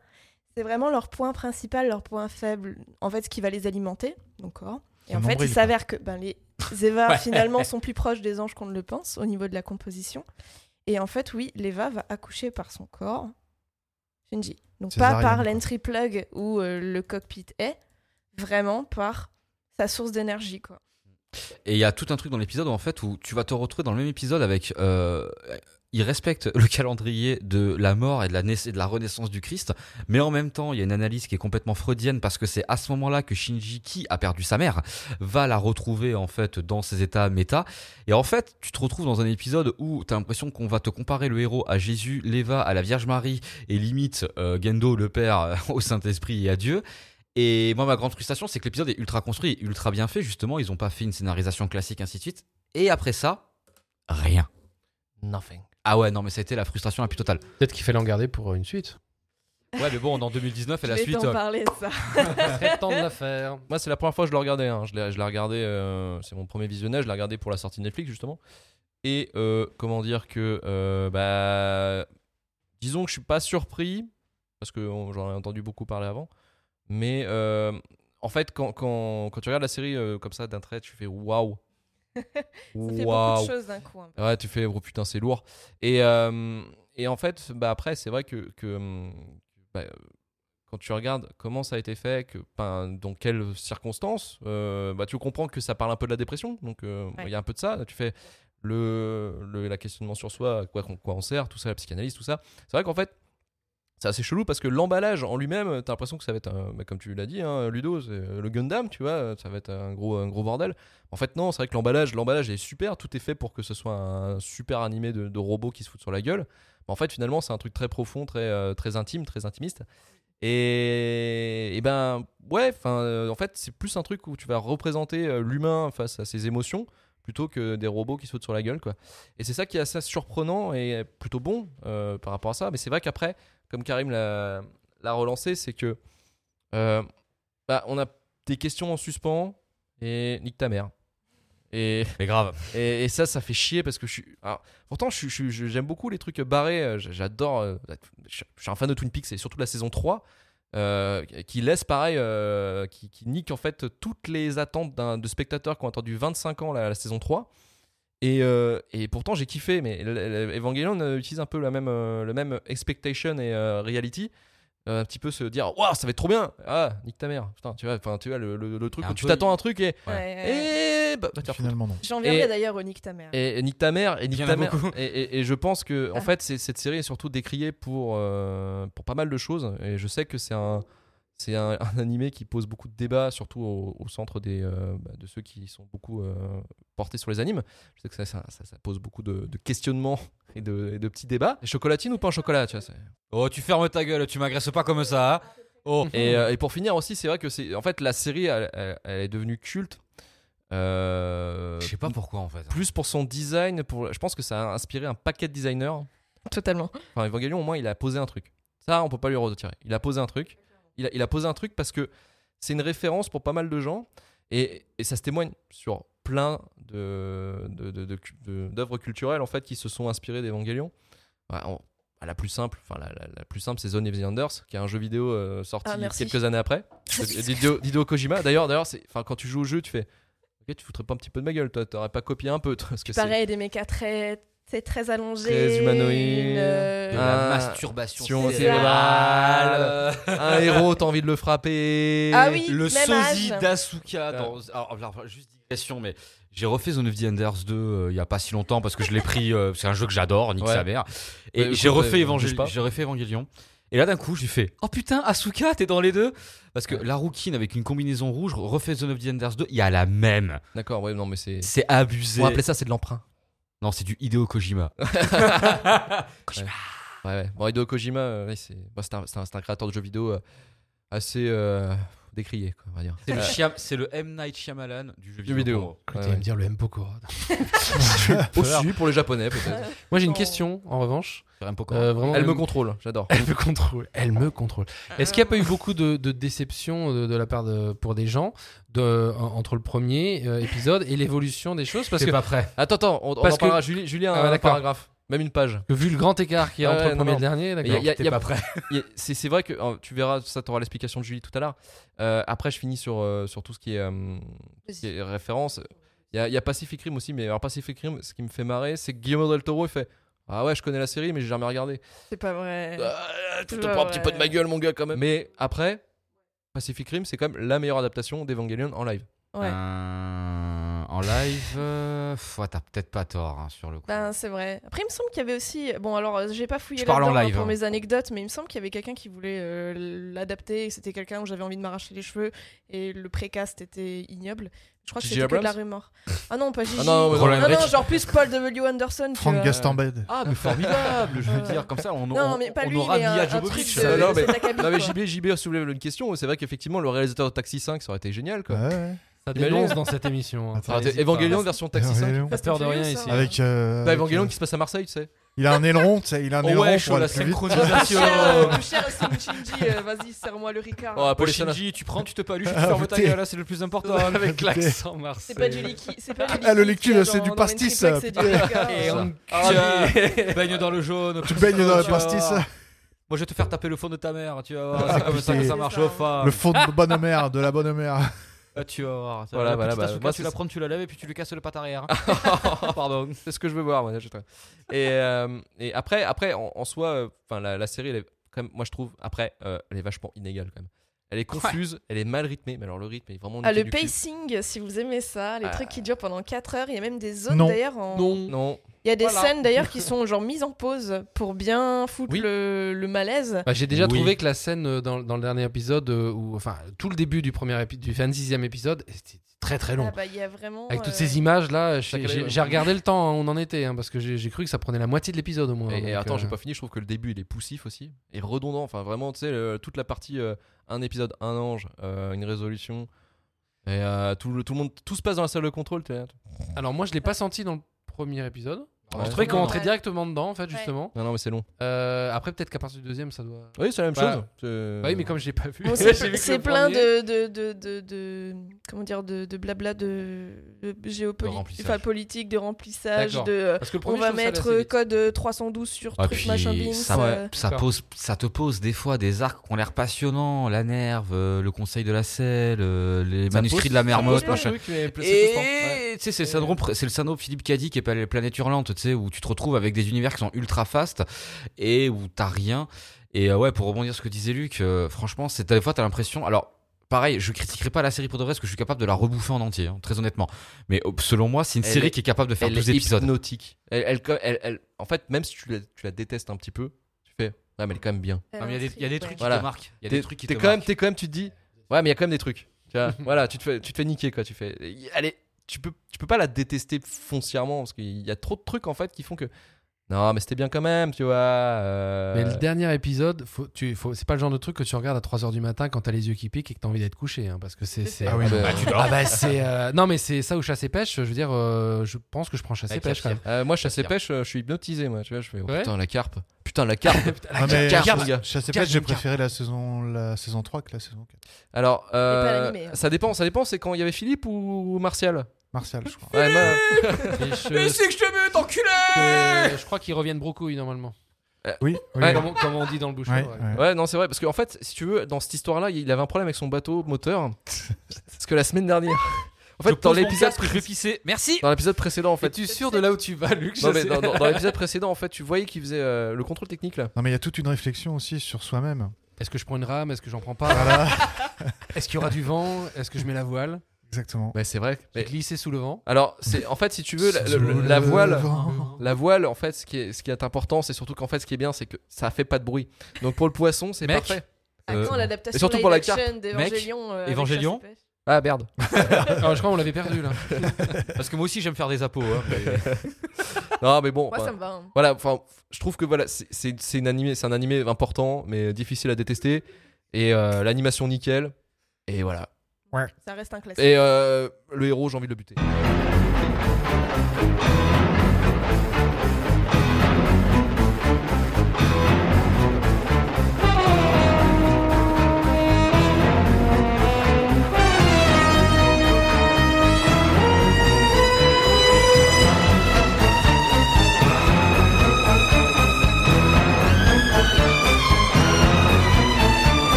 C: C'est vraiment leur point principal, leur point faible, en fait, ce qui va les alimenter, donc corps. Et
E: Un
C: en fait,
E: nombril,
C: il
E: quoi.
C: s'avère que ben, les Eva,
D: Ouais.
C: finalement, sont plus proches des anges qu'on ne le pense au niveau de la composition. Et en fait, oui, l'Eva va accoucher par son corps, Shinji. Donc pas
E: Césarienne,
C: par
E: quoi.
C: l'entry plug où euh, le cockpit est, vraiment par sa source d'énergie, quoi.
D: Et il y a tout un truc dans l'épisode où, en fait où tu vas te retrouver dans le même épisode avec euh, ils respectent le calendrier de la mort et de la naiss- et de la renaissance du Christ, mais en même temps il y a une analyse qui est complètement freudienne parce que c'est à ce moment-là que Shinji qui a perdu sa mère va la retrouver en fait dans ses états méta et en fait tu te retrouves dans un épisode où t'as l'impression qu'on va te comparer le héros à Jésus, l'Eva à la Vierge Marie et limite euh, Gendo le Père euh, au Saint-Esprit et à Dieu. Et moi, ma grande frustration, c'est que l'épisode est ultra construit, ultra bien fait, justement. Ils n'ont pas fait une scénarisation classique, ainsi de suite. Et après ça, rien.
B: Nothing.
D: Ah ouais, non, mais ça a été la frustration la plus totale.
F: Peut-être qu'il fallait en garder pour une suite.
D: Ouais, mais bon, on est en 2019 et
C: Je
D: la
C: vais
D: suite.
C: t'en
D: euh,
C: parler de ça.
F: Très temps de la faire.
B: Moi, c'est la première fois que je le regardais. hein. Je l'ai je l'ai regardé, euh, c'est mon premier visionnage. Je l'ai regardé pour la sortie de Netflix, justement. Et euh, comment dire que. euh, bah, disons que je suis pas surpris, parce que on- j'en ai entendu beaucoup parler avant. Mais euh, en fait, quand, quand, quand tu regardes la série euh, comme ça d'un trait, tu fais waouh!
C: Ça fait beaucoup
B: Waouh.
C: de choses d'un coup. hein. un peu.
B: Ouais, tu fais, oh putain, c'est lourd. Et, euh, et en fait, bah, après, c'est vrai que, que, hum, bah, euh, quand tu regardes comment ça a été fait, que, ben, dans quelles circonstances, euh, bah, tu comprends que ça parle un peu de la dépression. Donc, euh, il
C: Ouais.
B: y a un peu de ça. Tu fais le, le- la questionnement sur soi, à quoi, qu'on- quoi on sert, tout ça, la psychanalyse, tout ça. C'est vrai qu'en fait, c'est assez chelou parce que l'emballage en lui-même, t'as l'impression que ça va être, un- bah, comme tu l'as dit, hein, Ludo, c'est, euh, le Gundam, tu vois, ça va être un gros, un gros bordel. En fait, non, c'est vrai que l'emballage, l'emballage est super. Tout est fait pour que ce soit un super animé de, de robots qui se foutent sur la gueule. Mais en fait, finalement, c'est un truc très profond, très, euh, très intime, très intimiste. Et, et ben, ouais, 'fin, euh, en fait, c'est plus un truc où tu vas représenter euh, l'humain face à ses émotions plutôt que des robots qui se foutent sur la gueule, quoi. Et c'est ça qui est assez surprenant et plutôt bon euh, par rapport à ça. Mais c'est vrai qu'après, comme Karim l'a l'a relancé, c'est que euh, bah, on a des questions en suspens et nique ta mère. Et,
D: Mais grave.
B: et, et ça, ça fait chier parce que je suis. alors, pourtant, je suis- je suis- je- j'aime beaucoup les trucs barrés. euh, j- J'adore. euh, Je je suis un fan de Twin Peaks et surtout la saison 3. euh, qui laisse pareil, euh, qui, qui nique en fait toutes les attentes d'un- de spectateurs qui ont attendu 25 ans la, la saison 3. Et, euh, et pourtant j'ai kiffé, mais l- l- Evangelion euh, utilise un peu la même, euh, le même expectation et euh, reality. Euh, un petit peu se dire, waouh, ça va être trop bien! Ah, nique ta mère! Putain, tu vois, enfin, tu vois le, le- le truc
D: Il y a
B: où
D: un
B: tu
D: peu-
B: t'attends à un truc et.
D: Ouais.
C: Ouais, ouais, ouais.
B: Et. Bah, va te faire foutre.
E: Finalement, non.
C: J'en viendrai
B: et-
C: d'ailleurs au nique ta mère.
B: Et, et nique ta mère, et nique
D: Il y en
B: ta
D: a
B: mère.
D: beaucoup.
B: Et, et- et je pense que, en
C: Ah.
B: fait, c'est- cette série est surtout décriée pour, euh, pour pas mal de choses. Et je sais que c'est un, c'est un, un animé qui pose beaucoup de débats, surtout au, au centre des, euh, bah, de ceux qui sont beaucoup euh, portés sur les animes. Je sais que ça, ça, ça- ça pose beaucoup de, de questionnements et de, et de petits débats. Et Chocolatine ou pas en chocolat, tu vois, c'est-
D: Oh, tu fermes ta gueule, tu m'agresses pas comme ça. hein. Oh.
B: Et, euh, et pour finir aussi, c'est vrai que c'est, en fait, la série, elle, elle- elle est devenue culte. Euh,
D: Je sais pas pourquoi en fait.
B: plus pour son design, pour, je pense que ça a inspiré un paquet de designers.
C: Totalement.
B: Enfin, Evangelion, au moins, il a posé un truc. Ça, on peut pas lui retirer. Il a posé un truc. Il a, il a posé un truc parce que c'est une référence pour pas mal de gens. Et, et ça se témoigne sur plein d'œuvres de, de, de cu- de- d'œuvres culturelles en fait, qui se sont inspirées d'Evangelion. Ouais, on- à la plus simple, enfin la, la- la plus simple, c'est Zone of the Enders, qui est un jeu vidéo euh, sorti
C: Ah, merci.
B: quelques années après. de- D'Hideo d'Hideo Kojima. D'ailleurs, d'ailleurs, c'est- enfin quand tu joues au jeu, tu fais, ok, tu foutrais pas un petit peu de ma gueule, toi, t'aurais pas copié un peu, toi, parce que c'est-
C: Pareil, des mechas très, c'est très allongés.
B: Très humanoïdes.
D: De
C: euh,
D: la
B: Ah.
D: masturbation
B: Sion
D: cérébrale.
B: un héros, t'as envie de le frapper.
C: Ah oui,
D: le
C: même
D: sosie
C: âge.
D: d'Asuka dans... alors, alors, juste digression mais j'ai refait Zone of the Enders 2 euh, il y a pas si longtemps parce que je l'ai pris euh, c'est un jeu que j'adore nique
B: Ouais.
D: sa mère
B: Ouais,
D: et
B: écoute,
D: j'ai refait
B: euh,
D: Evangel-
B: bouge pas.
D: j'ai refait Evangelion et là d'un coup j'ai fait oh putain Asuka t'es dans les deux parce que
B: Ouais.
D: la rouquine avec une combinaison rouge refait Zone of the Enders 2 il y a la même
B: D'accord, ouais, non, mais c'est.
D: c'est abusé
B: On va appeler ça, c'est de l'emprunt.
D: non c'est du Hideo Kojima
B: Ouais, ouais. Bon, Hideo Kojima, euh, ouais, c'est bon, c'est un, c'est un- c'est un créateur de jeux vidéo euh, assez euh, décrié, quoi, on va dire.
D: c'est le,
B: Euh,
D: Shyam- c'est le M Night Shyamalan du jeu vidéo,
B: vidéo.
D: pour-
B: ouais,
F: T'allais
B: ouais.
F: me dire le M. Pokora.
B: Aussi pour les japonais, peut-être.
F: Moi, j'ai une
C: Non.
F: question, en revanche.
D: pour M. Pokora.
F: Euh, vraiment,
B: Elle me contrôle, j'adore.
F: Elle me contrôle. Elle me contrôle. Est-ce qu'il n'y a pas eu beaucoup de, de déceptions euh, de, de la part de, pour des gens de, en- entre le premier euh, épisode et l'évolution des choses Parce
D: T'es
F: que,
D: pas prêt
B: Attends, attends, on, on en
F: Parce que-
B: parlera. Julie- Julien,
F: Ah ouais,
B: un
F: d'accord.
B: paragraphe, même une page.
F: vu le grand écart qu'il y a
B: Ouais,
F: entre le
B: non,
F: premier et
B: non.
F: le dernier,
B: Il y a-
F: d'accord.
B: il y a-
D: t'es
B: il y a-
D: pas prêt
B: Il y a- C'est c'est vrai que euh, tu verras, ça t'auras l'explication de Julie tout à l'heure. Euh, après, je finis sur, euh, sur tout ce qui est, euh, tout ce qui est référence. Il y a, il y a Pacific Rim aussi, mais alors Pacific Rim, ce qui me fait marrer, c'est que Guillermo del Toro, il fait Ah ouais, je connais la série, mais j'ai jamais regardé.
C: C'est pas vrai.
B: Euh, tu te
C: Ouais,
B: prends un petit
C: ouais.
B: peu de ma gueule, mon gars, quand même. Mais après, Pacific Rim, c'est quand même la meilleure adaptation d'Evangelion en live.
C: Ouais.
D: Euh, en live, euh, pff, ouais, t'as peut-être pas tort hein, sur le coup.
C: Ben, c'est vrai. Après, il me semble qu'il y avait aussi. Bon, alors, euh, j'ai pas fouillé
D: Je parle en
C: là-dedans, hein,
D: live,
C: pour
D: hein.
C: mes anecdotes, mais il me semble qu'il y avait quelqu'un qui voulait euh, l'adapter. et C'était quelqu'un où j'avais envie de m'arracher les cheveux et le précast était ignoble. Je crois que
B: J.J.
C: c'était que de la
B: Abrams
C: rumeur. Ah non, pas Gigi.
B: Ah non, mais non,
C: non, non,
D: Henrich.
C: genre plus Paul W. Anderson. tu
E: Frank
C: vois.
E: Gastambed.
D: Ah, mais formidable, je veux dire, comme ça, on,
C: Non,
D: on-
C: mais pas
D: on
C: lui,
D: aura
C: mais
D: Mia
C: un, euh, un truc
D: Jovovich. euh,
C: de,
B: Non, mais-
C: cet acabit,
B: Non, mais
C: Ah, quoi.
B: JB, JB soulève une question. C'est vrai qu'effectivement, le réalisateur de Taxi 5, ça aurait été génial, quoi.
E: Ouais, ouais.
F: ça
B: Imagine.
F: dénonce dans cette émission. hein.
E: Attends,
F: Ça
B: Ah, t'es
F: hésite pas.
B: Evangelion version Taxi 5.
E: Evangelion.
F: Pas peur de rien ici.
E: Avec. euh,
B: T'as
E: avec,
B: Evangelion
E: euh,
B: qui se passe à Marseille, tu sais.
E: Il a un aileron, tu sais, il a un
B: Oh
E: aileron.
B: ouais,
E: pour
B: chaud,
E: aller
B: la
E: plus vite.
C: Mon
B: synchronisation.
E: euh,
C: cher, mon cher Slim Shinji, euh, vas-y, serre-moi le Ricard.
F: Ah,
B: Oh,
D: Oh,
B: Paul et Sana.
D: Shinji, tu prends, tu te paluches, tu
E: Ah,
D: fermes ta
E: putain.
D: gueule, là, c'est le plus important. hein,
F: Avec l'accent
C: c'est
F: marseillais.
C: pas du liquide. C'est pas du liquide.
E: Ah, le liquide,
C: qu'il y a
E: c'est
C: dans-
E: du
C: dans une
E: pastis,
C: triplex, c'est du Ricard.
D: Et on
B: Ah,
D: tu baignes dans le jaune.
E: Tu
D: tout
E: baignes
D: ça,
E: dans la
D: tu vas
E: pastis.
D: voir. Moi, je vais te faire taper le fond de ta mère, tu vas
F: Ah,
D: voir. C'est comme ça que
E: putain.
D: ça marche au phare. Ah,
E: Le fond de bonne mère, de la bonne mère.
D: Tu vas voir. Ça,
B: Voilà,
D: la
B: voilà,
D: petite
B: bah,
D: Asuka,
B: moi,
D: tu
B: c'est
D: la
B: ça.
D: prends, tu la lèves et puis tu lui casses le patte arrière. Pardon.
B: Oh, C'est ce que je veux voir, moi. je- Et, euh, et après, après, en, en soi, euh, enfin, la, la série, elle est quand même, moi, je trouve, après, euh, elle est vachement inégale quand même. Elle est confuse, elle est mal rythmée, mais alors le rythme est vraiment.
C: Ah,
B: niqué
C: le
B: du cul.
C: pacing, si vous aimez ça, les
B: Ah.
C: trucs qui durent pendant 4 heures, il y a même des zones
E: Non.
C: d'ailleurs en.
B: Non.
C: Il y a des
F: Voilà.
C: scènes d'ailleurs qui sont genre mises en pause pour bien foutre
F: Oui.
C: le, le malaise.
F: Bah, j'ai déjà
D: Oui.
F: trouvé que la scène euh, dans, dans le dernier épisode, euh, où, enfin tout le début du premier épi- du 26e épisode, c'était très très long.
C: Ah bah, il y a vraiment.
F: Avec toutes
C: euh,
F: ces images là,
B: Ça
F: j'ai
B: calait, ouais.
F: j'ai- j'ai regardé le temps hein, où on en était, hein, parce que j'ai j'ai cru que ça prenait la moitié de l'épisode au moins.
B: Et, et
F: donc,
B: attends,
F: euh,
B: j'ai pas fini, je trouve que le début, il est poussif aussi, et redondant. Enfin, vraiment, tu sais, le- toute la partie, euh, un épisode, un ange, euh, une résolution. Et euh, tout, le, tout le monde, tout se passe dans la salle de contrôle, t'es là.
F: Alors moi je l'ai pas senti dans le premier épisode.
B: Ouais.
F: Je trouvais qu'on
C: Ouais.
F: rentrait directement dedans en fait justement.
B: Non, non, mais c'est long.
F: Euh, après peut-être qu'à partir du deuxième ça doit.
B: Oui, c'est la même
F: Bah,
B: chose. c'est-
F: Bah oui mais comme je l'ai pas vu.
C: bon,
F: j'ai vu
C: c'est
F: que
C: c'est
F: le
C: plein
F: premier-
C: de, de, de, de, de- Comment dire De, de blabla de, géopolitique.
D: remplissage.
C: Enfin, politique, de remplissage,
F: D'accord.
C: de. euh,
F: Parce que le premier,
C: On
F: je
C: va
F: trouve ça allait assez
C: mettre
F: vite.
C: code euh, 312 sur
D: Ah,
C: truc machin beans.
D: ça,
C: euh,
D: ça,
F: D'accord.
D: pose, ça te pose des fois des arcs qui ont l'air passionnants, la nerve, euh, le conseil de la selle, euh, les
B: Ça
D: manuscrits
B: pose-
D: de la
B: ça
D: mer
B: pose
D: morte,
B: plein de
D: machin.
B: trucs, mais plus- c'est plus fort. Ouais.
D: Et tu sais, c'est le syndrome, c'est le syndrome Philippe Caddy qui est pas les planètes hurlantes, tu sais, où tu te retrouves avec des univers qui sont ultra fast et où t'as rien. Et euh, ouais, pour rebondir sur ce que disait Luc, euh, franchement, c'est des fois t'as l'impression. Alors. Pareil, je critiquerai pas la série pour de vrai parce que je suis capable de la rebouffer en entier, hein, très honnêtement. Mais euh, selon moi, c'est une
B: Elle
D: série
B: est-
D: qui est capable de faire
B: elle
D: 12
B: est
D: épisodes.
B: hypnotique. Elle, elle, co- elle- elle- en fait, même si tu la, tu la détestes un petit peu, tu fais, ouais, mais elle est quand même bien.
D: Non, mais Il y a des- il y a des trucs qui
B: Voilà.
D: te marquent. Il y a
B: T'es-
D: des trucs qui te
B: t'es quand même,
D: marquent.
B: t'es quand même, tu te dis, ouais, mais il y a quand même des trucs. Tu vois, voilà, tu te fais, tu te fais niquer quoi. Tu fais, allez, tu peux, tu peux pas la détester foncièrement parce qu'il y a trop de trucs en fait qui font que, non, mais c'était bien quand même, tu vois. euh,
F: Mais le dernier épisode, faut, tu, faut, c'est pas le genre de truc que tu regardes à 3h du matin quand t'as les yeux qui piquent et que t'as envie d'être couché. hein, parce que c'est. c'est-
E: Ah oui,
B: bah,
E: bah,
B: tu
F: Ah bah c'est. euh, Non mais c'est ça ou chasse et pêche. Je veux dire, euh, je pense que je prends chasse et
D: Avec
F: pêche
D: la
F: quand même.
B: euh, moi, chasse et pêche, euh, je suis hypnotisé, moi. Tu vois, je fais, oh,
F: Ouais.
B: putain, la carpe, putain, la carpe.
E: Non,
D: Ah,
E: Ah, mais
B: Carte,
E: je-
B: mon gars.
E: je sais pas,
F: Carte,
E: j'ai
F: une carte.
E: préféré la saison, la saison 3 que la saison 4.
B: Alors, euh,
C: pas l'animé, hein.
B: ça dépend, ça dépend. C'est quand il y avait Philippe ou Martial.
E: Martial, je crois.
B: Ouais, moi-
F: Mais je,
B: que je te mets, t'enculé
F: que- je crois qu'ils reviennent brocouille normalement.
E: Oui, oui.
F: Comme, on, comme on dit dans le bouchon.
E: Ouais,
F: ouais.
E: ouais.
B: Ouais, non, c'est vrai, parce qu'en fait, si tu veux, dans cette histoire-là, il avait un problème avec son bateau moteur. parce que la semaine dernière. En fait, dans l'épisode
D: que je vais pisser. Merci.
B: dans l'épisode précédent, en fait.
F: Es-tu sûr de là où tu vas, Luc
B: Non,
F: Je
B: mais
F: sais.
B: dans, dans- dans l'épisode précédent, en fait, tu voyais qu'il faisait euh, le contrôle technique là.
E: Non, mais il y a toute une réflexion aussi sur soi-même.
F: Est-ce que je prends une rame Est-ce que j'en prends pas
E: Voilà,
F: Est-ce qu'il y aura du vent Est-ce que je mets la voile
E: exactement.
B: Mais c'est vrai.
F: J'ai glissé sous le vent.
B: Alors, c'est en fait, si tu veux, la,
E: Sous
B: la-
E: le
B: la voile.
E: vent.
B: La voile, en fait, ce qui est, ce qui est important, c'est surtout qu'en fait, ce qui est bien, c'est que ça fait pas de bruit. Donc pour le poisson, c'est
D: Mec.
B: parfait.
C: Ah,
D: Euh,
C: quand l'adaptation
B: et surtout pour la
C: live action
D: Mec,
C: d'Evangelion. euh, avec
D: Evangelion.
C: Chasse et Pêche.
B: Ah merde.
F: Alors, Ah, je crois qu'on l'avait perdu là.
D: Parce que moi aussi, j'aime faire des apos. hein, mais-
B: Non, mais bon.
C: Moi,
B: bah,
C: ça me va. hein.
B: Voilà, enfin, je trouve que voilà, c'est- c'est c'est une animé, c'est un animé important, mais difficile à détester, et euh, l'animation nickel, et voilà.
C: Ça reste un classique.
B: Et euh, le héros, j'ai envie de le buter.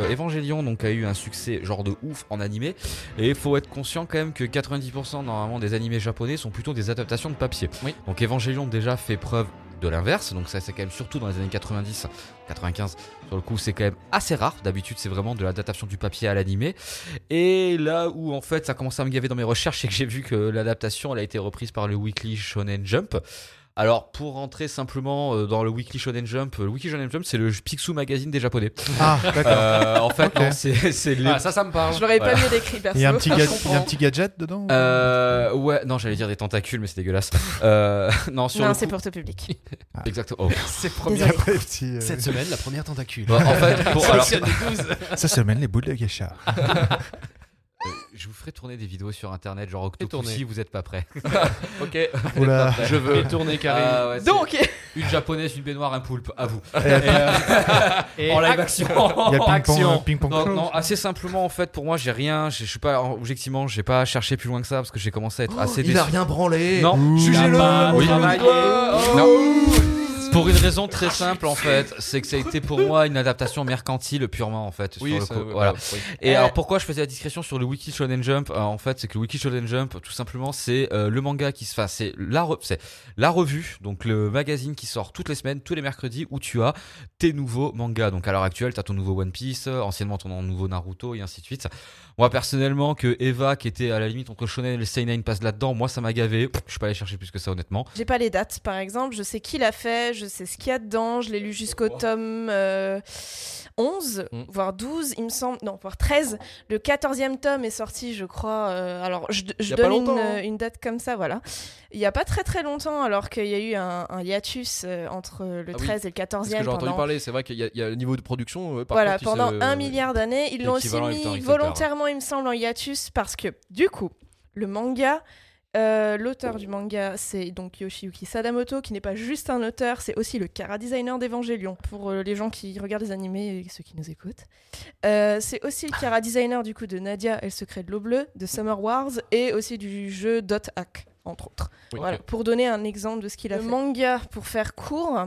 D: Euh, Evangelion donc a eu un succès genre de ouf en animé et il faut être conscient quand même que 90% normalement des animés japonais sont plutôt des adaptations de papier.
B: Oui.
D: Donc Evangelion déjà fait preuve de l'inverse, donc ça c'est quand même surtout dans les années 90, 95 sur le coup c'est quand même assez rare, d'habitude c'est vraiment de l'adaptation du papier à l'animé et là où en fait ça commence à me gaver dans mes recherches c'est que j'ai vu que l'adaptation elle a été reprise par le Weekly Shonen Jump Alors, pour rentrer simplement euh, dans le Weekly Shonen Jump, le Weekly Shonen Jump, c'est le Picsou Magazine des Japonais.
E: Ah, d'accord.
D: Euh, en fait,
E: Ok.
D: non, c'est c'est les.
F: Ah, ça, ça me parle.
C: Je l'aurais
D: Voilà.
C: pas mieux décrit perso.
E: Il y a un petit,
C: Je
E: gadget- il y a un
C: comprends.
E: petit gadget dedans
D: Euh, ouais, non, j'allais dire des tentacules, mais c'est dégueulasse. Euh, non, sur
C: Non,
D: le
C: c'est
D: coup-
C: pour tout public.
D: Exactement. Oh.
F: C'est
E: Il y a pas les petits, euh,
G: Cette semaine, la première tentacule.
D: Bah, en fait, pour- alors,
E: Ça se mène les boules de geisha.
D: euh, je vous ferai tourner des vidéos sur internet, genre Octopus,
F: tourner.
D: si vous êtes pas prêt.
F: Ok.
E: Oula.
F: Je veux tourner carré.
D: Ah
C: Donc,
D: une japonaise, une baignoire, un poulpe, à vous.
E: Et
D: Et, euh,
F: Et
D: en live
F: action.
D: action.
E: Il y a ping-pong,
D: Action.
E: euh, ping-pong.
D: Non, non, assez simplement en fait, pour moi, j'ai rien. Je je suis pas objectivement, j'ai pas cherché plus loin que ça parce que j'ai commencé à être assez
G: Il
D: déçu.
G: a rien branlé.
D: Non,
G: Jugez-le, mon
D: Oui.
G: travail.
B: Oh.
D: Non. Pour une raison très simple en fait, c'est que ça a été pour moi une adaptation mercantile purement en fait.
B: Oui,
D: sur le
B: ça-
D: coup.
B: ouais,
D: voilà.
B: bah, oui.
D: Et
C: Euh,
D: alors pourquoi je faisais la discrétion sur le Wiki Shonen Jump Euh, En fait, c'est que le Wiki Shonen Jump, tout simplement, c'est euh, le manga qui se fait, c'est la, re- c'est la revue, donc le magazine qui sort toutes les semaines, tous les mercredis, où tu as tes nouveaux mangas. Donc à l'heure actuelle, tu as ton nouveau One Piece, euh, anciennement ton nouveau Naruto, et ainsi de suite. Moi personnellement, que Eva, qui était à la limite entre Shonen et le Seinen, passe là-dedans, moi ça m'a gavé. Pff, Je suis pas allé chercher plus que ça, honnêtement.
C: j'ai pas les dates par exemple, je sais qui l'a fait, je sais ce qu'il y a dedans, je l'ai lu jusqu'au tome euh, 11,
B: Mm.
C: voire 12, il me semble, non, voire 13. Le 14e tome est sorti, je crois. euh, alors, je, je
B: Y a pas
C: donne une,
B: longtemps, hein.
C: euh, une date comme ça, voilà. Il y a pas très très longtemps, alors qu'il y a eu un, un hiatus euh, entre le
B: Ah oui,
C: 13 et le
B: Parce que
C: 14e.
B: j'ai entendu
C: pendant-
B: parler, c'est vrai qu'il y, a- il y a le niveau de production. euh, par
C: voilà,
B: contre, il
C: pendant
B: se-
C: un milliard d'années, ils l'ont aussi
D: l'équivalent Hector
C: mis
D: Hector.
C: volontairement, il me semble, en hiatus parce que du coup, le manga, euh, l'auteur du manga, c'est donc Yoshiyuki Sadamoto, qui n'est pas juste un auteur, c'est aussi le cara designer d'Evangelion pour euh, les gens qui regardent les animés et ceux qui nous écoutent. Euh, c'est aussi le cara designer du coup de Nadia et le secret de l'eau bleue, de Summer Wars et aussi du jeu Dot Hack entre autres.
B: Oui,
C: Voilà,
B: ok.
C: pour donner un exemple de ce qu'il a fait. Le manga, pour faire court,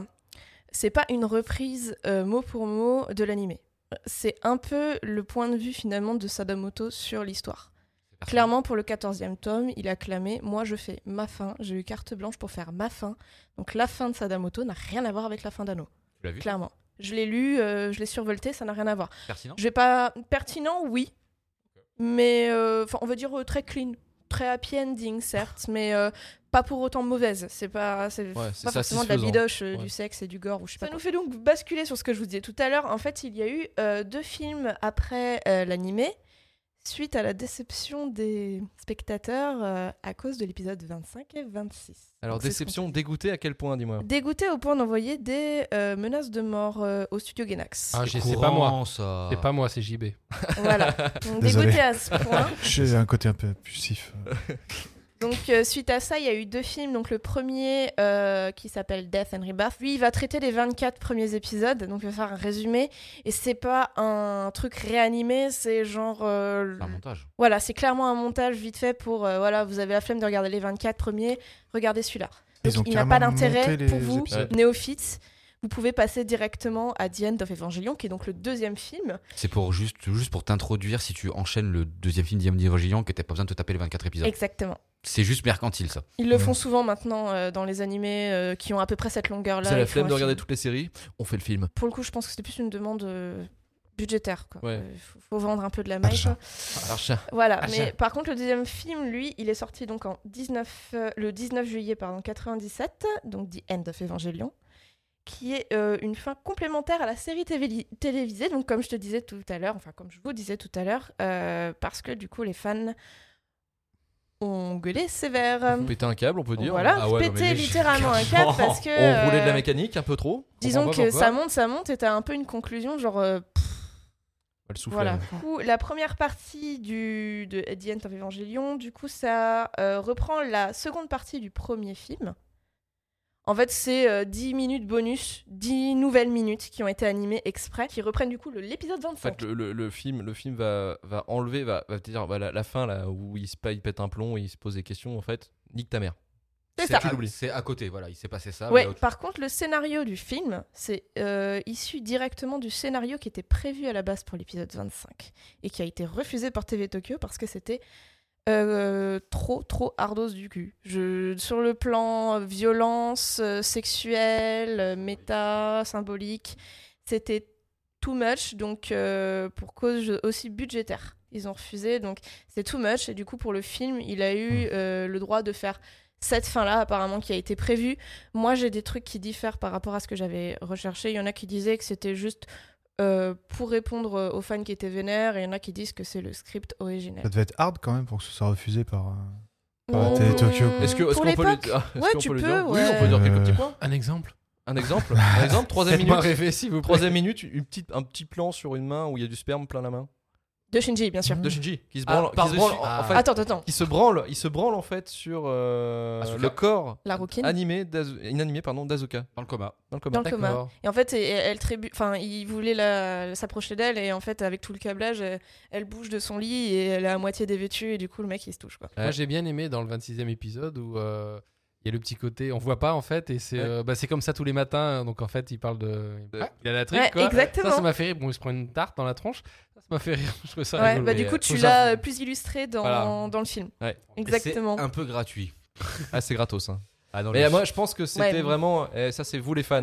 C: c'est pas une reprise euh, mot pour mot de l'animé. C'est un peu le point de vue finalement de Sadamoto sur l'histoire.
D: Ah,
C: Clairement, pour le 14e tome, il a clamé Moi, je fais ma fin, j'ai eu carte blanche pour faire ma fin. Donc la fin de Sadamoto n'a rien à voir avec la fin d'Anno,
D: Tu l'as vu
C: clairement. Je l'ai lu, euh, je l'ai survolté, ça n'a rien à voir.
D: Pertinent
C: Je vais pas. Pertinent, oui. Mais euh, 'fin, on va dire euh, très clean. Très happy ending, certes, mais euh, pas pour autant mauvaise. C'est pas, c'est
B: Ouais, c'est
C: pas forcément de la
B: satisfaisant.
C: bidoche euh,
B: Ouais.
C: du sexe et du gore. Ou je sais ça nous fait donc basculer sur ce que je vous disais tout à l'heure. En fait, il y a eu euh, deux films après euh, l'animé, suite à la déception des spectateurs euh, à cause de l'épisode 25 et 26.
B: Alors,
C: Donc, c'est ce
B: déception, dégoûté à quel point, dis-moi
C: qu'on- Dégoûté au point d'envoyer des euh, menaces de mort euh, au studio Genax.
F: Ah, j'ai- c'est
D: Courant,
F: pas moi.
D: ça.
F: C'est pas moi, c'est JB.
C: Voilà. Donc,
E: Désolé.
C: dégoûté à ce point.
E: J'ai un côté un peu impulsif.
C: Donc euh, suite à ça, il y a eu deux films. Donc le premier euh, qui s'appelle Death and Rebirth. Lui, il va traiter les 24 premiers épisodes. Donc il va faire un résumé. Et c'est pas un truc réanimé. C'est genre euh,
D: C'est un montage.
C: voilà, c'est clairement un montage vite fait pour euh, voilà, vous avez la flemme de regarder les 24 premiers. Regardez celui-là.
E: Ils ont
C: Donc, il n'a
E: carrément
C: pas d'intérêt
E: monté les
C: pour vous,
E: épisodes.
C: néophytes. Vous pouvez passer directement à The End of Evangelion, qui est donc le deuxième film.
D: C'est pour juste, juste pour t'introduire si tu enchaînes le deuxième film d'Iam Divagillian que t'as pas besoin de te taper les 24 épisodes.
C: Exactement.
D: C'est juste mercantile ça.
C: Ils le
E: Ouais.
C: font souvent maintenant euh, dans les animés euh, qui ont à peu près cette longueur-là.
B: C'est
C: ils
B: la
C: font
B: flemme
C: un
B: de regarder
C: film.
B: toutes les séries, on fait le film.
C: pour le coup, je pense que c'était plus une demande euh, budgétaire. Quoi.
B: Ouais.
C: Euh, faut, faut vendre un peu de la maille.
E: Achat.
C: quoi.
B: Archa.
C: Voilà.
F: Achat.
C: Mais par contre, le deuxième film, lui, il est sorti donc en 19, euh, le 19 juillet pardon 97, donc The End of Evangelion, qui est euh, une fin complémentaire à la série tévéli- télévisée. Donc comme je te disais tout à l'heure, enfin comme je vous disais tout à l'heure, euh, parce que du coup, les fans ont gueulé sévère.
B: Péter un câble, on peut dire. hein.
C: Voilà,
D: Ah ouais, non, mais
C: péter
D: les-
C: littéralement un câble parce que
B: On roulait de la
C: euh,
B: mécanique un peu trop.
C: Disons
F: comprend
C: que
F: pas
C: ça
F: pourquoi.
C: monte, ça monte, et t'as un peu une conclusion, genre
B: On
C: euh,
B: va le souffler.
C: voilà. Du coup, la première partie du, de The End of Evangelion, du coup, ça euh, reprend la seconde partie du premier film. En fait, c'est euh, 10 minutes bonus, 10 nouvelles minutes qui ont été animées exprès, qui reprennent du coup le- l'épisode
B: En
C: 25.
B: fait, le, le- le film, le film va, va enlever, va, va te dire voilà, la, fin là où il, se, pa- il pète un plomb et il se pose des questions. En fait, nique ta mère.
C: C'est ça.
D: à- C'est à côté, voilà, il s'est passé ça.
C: Ouais,
D: mais euh, autre-
C: par contre, le scénario du film, c'est euh, issu directement du scénario qui était prévu à la base pour l'épisode 25 et qui a été refusé par TV Tokyo parce que c'était euh, trop, trop ardos du cul. Je, sur le plan euh, violence, euh, sexuelle, euh, méta, symbolique, c'était too much, donc euh, pour cause aussi budgétaire. Ils ont refusé, donc c'est too much. Et du coup, pour le film, il a eu euh, le droit de faire cette fin-là, apparemment, qui a été prévue. Moi, j'ai des trucs qui diffèrent par rapport à ce que j'avais recherché. Il y en a qui disaient que c'était juste euh, pour répondre euh, aux fans qui étaient vénères, et il y en a qui disent que c'est le script originel.
E: Ça devait être hard quand même pour que ce soit refusé par. euh,
B: Ah,
E: télé Tokyo, quoi.
B: Est-ce que- est-ce
C: Hum, Pour
B: qu'on peut le
C: l'époque,
B: dire Ah, est-ce
C: Ouais,
B: qu'on
C: tu
B: peut le
C: peux,
B: dire Oui,
C: ouais.
B: on peut dire quelques
E: Euh,
B: petits points.
F: Un exemple
B: Un exemple Un exemple Troisième minute
F: Faites-moi rêver, s'il vous plaît.
B: Troisième minute, une petite, un petit plan sur une main où il y a du sperme plein la main.
C: De Shinji, bien sûr.
B: De Shinji, qui se
F: Ah,
B: branle. qui
F: par
B: se
F: branle,
B: branle, en-
F: ah.
B: en fait,
C: Attends, attends.
B: il se branle, il se branle en fait sur euh,
D: Asuka.
B: le corps
C: La rouquine
B: animé, d'Azu- inanimé pardon, d'Azuka
D: Dans le coma.
B: dans le coma.
C: dans le coma.
F: D'accord.
C: Et en fait, et- et elle trébu- enfin, il voulait la- s'approcher d'elle et en fait, avec tout le câblage, elle, elle bouge de son lit et elle est à moitié dévêtue et du coup, le mec il se touche quoi.
F: Moi, j'ai bien aimé dans le 26e épisode où euh, il y a le petit côté, on voit pas en fait, et c'est
B: Ouais.
F: euh, bah, c'est comme ça tous les matins. Donc en fait, il parle de. Ah,
B: Ouais.
F: Il a la trique,
C: Ouais,
F: quoi.
C: exactement.
F: Ça, ça m'a fait rire. Bon, il se prend une tarte dans la tronche. Ça, ça m'a fait rire. Je trouve ça
C: Ouais,
F: rigolo.
C: bah,
F: Et,
C: du
F: euh,
C: coup, tu
F: faut
C: l'as
F: savoir-
C: euh, plus illustré dans,
F: Voilà.
C: dans le film.
B: Ouais.
C: Exactement.
D: C'est un peu gratuit.
B: Ah, c'est gratos. Hein.
D: Ah, non,
B: Mais
D: le-
B: moi, je pense que c'était
C: Ouais.
B: vraiment. eh, ça, c'est vous les fans.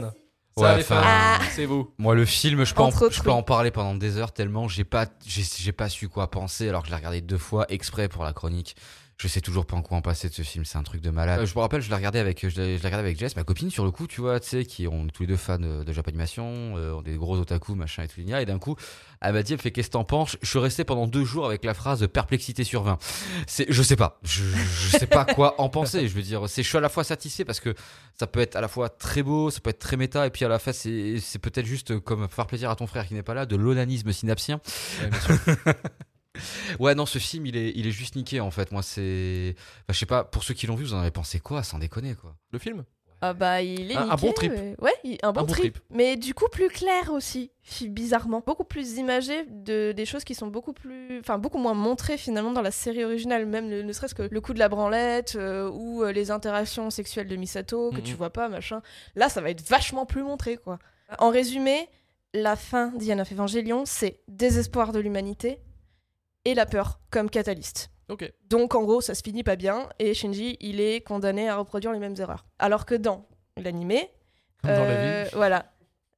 B: Ça,
D: Ouais,
B: les fans,
D: enfin,
C: Ah.
B: c'est vous.
D: Moi, le film, je peux, en,
C: Entre autres,
D: je peux en
C: oui.
D: parler pendant des heures tellement j'ai pas, j'ai, j'ai pas su quoi penser alors que je l'ai regardé deux fois exprès pour la chronique. Je sais toujours pas en quoi en passer de ce film, c'est un truc de malade. Euh, Je me rappelle, je l'ai regardé avec, je l'ai, je l'ai regardé avec Jess, ma copine sur le coup, tu vois, tu sais, qui on est tous les deux fans de, de Japanimation, euh, on est des gros otaku, machin et tout gna, et d'un coup, elle m'a dit, elle fait qu'est-ce que t'en penses Je suis resté pendant deux jours avec la phrase perplexité sur 20. C'est, je sais pas, je, je sais pas quoi en penser. Je veux dire, c'est, je suis à la fois satisfait parce que ça peut être à la fois très beau, ça peut être très méta, et puis à la fin, c'est c'est peut-être juste euh, comme faire plaisir à ton frère qui n'est pas là, de l'onanisme synapsien.
F: Ouais, bien
D: ouais, non, ce film, il est, il est juste niqué, en fait. Moi, c'est. Enfin, je sais pas, pour ceux qui l'ont vu, vous en avez pensé quoi Sans déconner, quoi.
B: Le film
C: Ah bah il est
B: Un- un
C: niqué,
B: bon trip.
C: mais- Ouais, il- un bon, trip. Mais du coup plus clair aussi, fi- bizarrement. Beaucoup plus imagé de des choses qui sont beaucoup plus, enfin beaucoup moins montrées finalement dans la série originale. Même le- ne serait-ce que le coup de la branlette euh, ou euh, les interactions sexuelles de Misato que tu
B: Mhm.
C: vois pas machin. Là ça va être vachement plus montré quoi. En résumé, la fin d'Ian of Evangelion c'est désespoir de l'humanité et la peur comme catalyste.
B: Ok.
C: Donc en gros, ça se finit pas bien et Shinji, il est condamné à reproduire les mêmes erreurs. Alors que dans l'animé,
F: Comme dans la
C: euh,
F: vie.
C: voilà,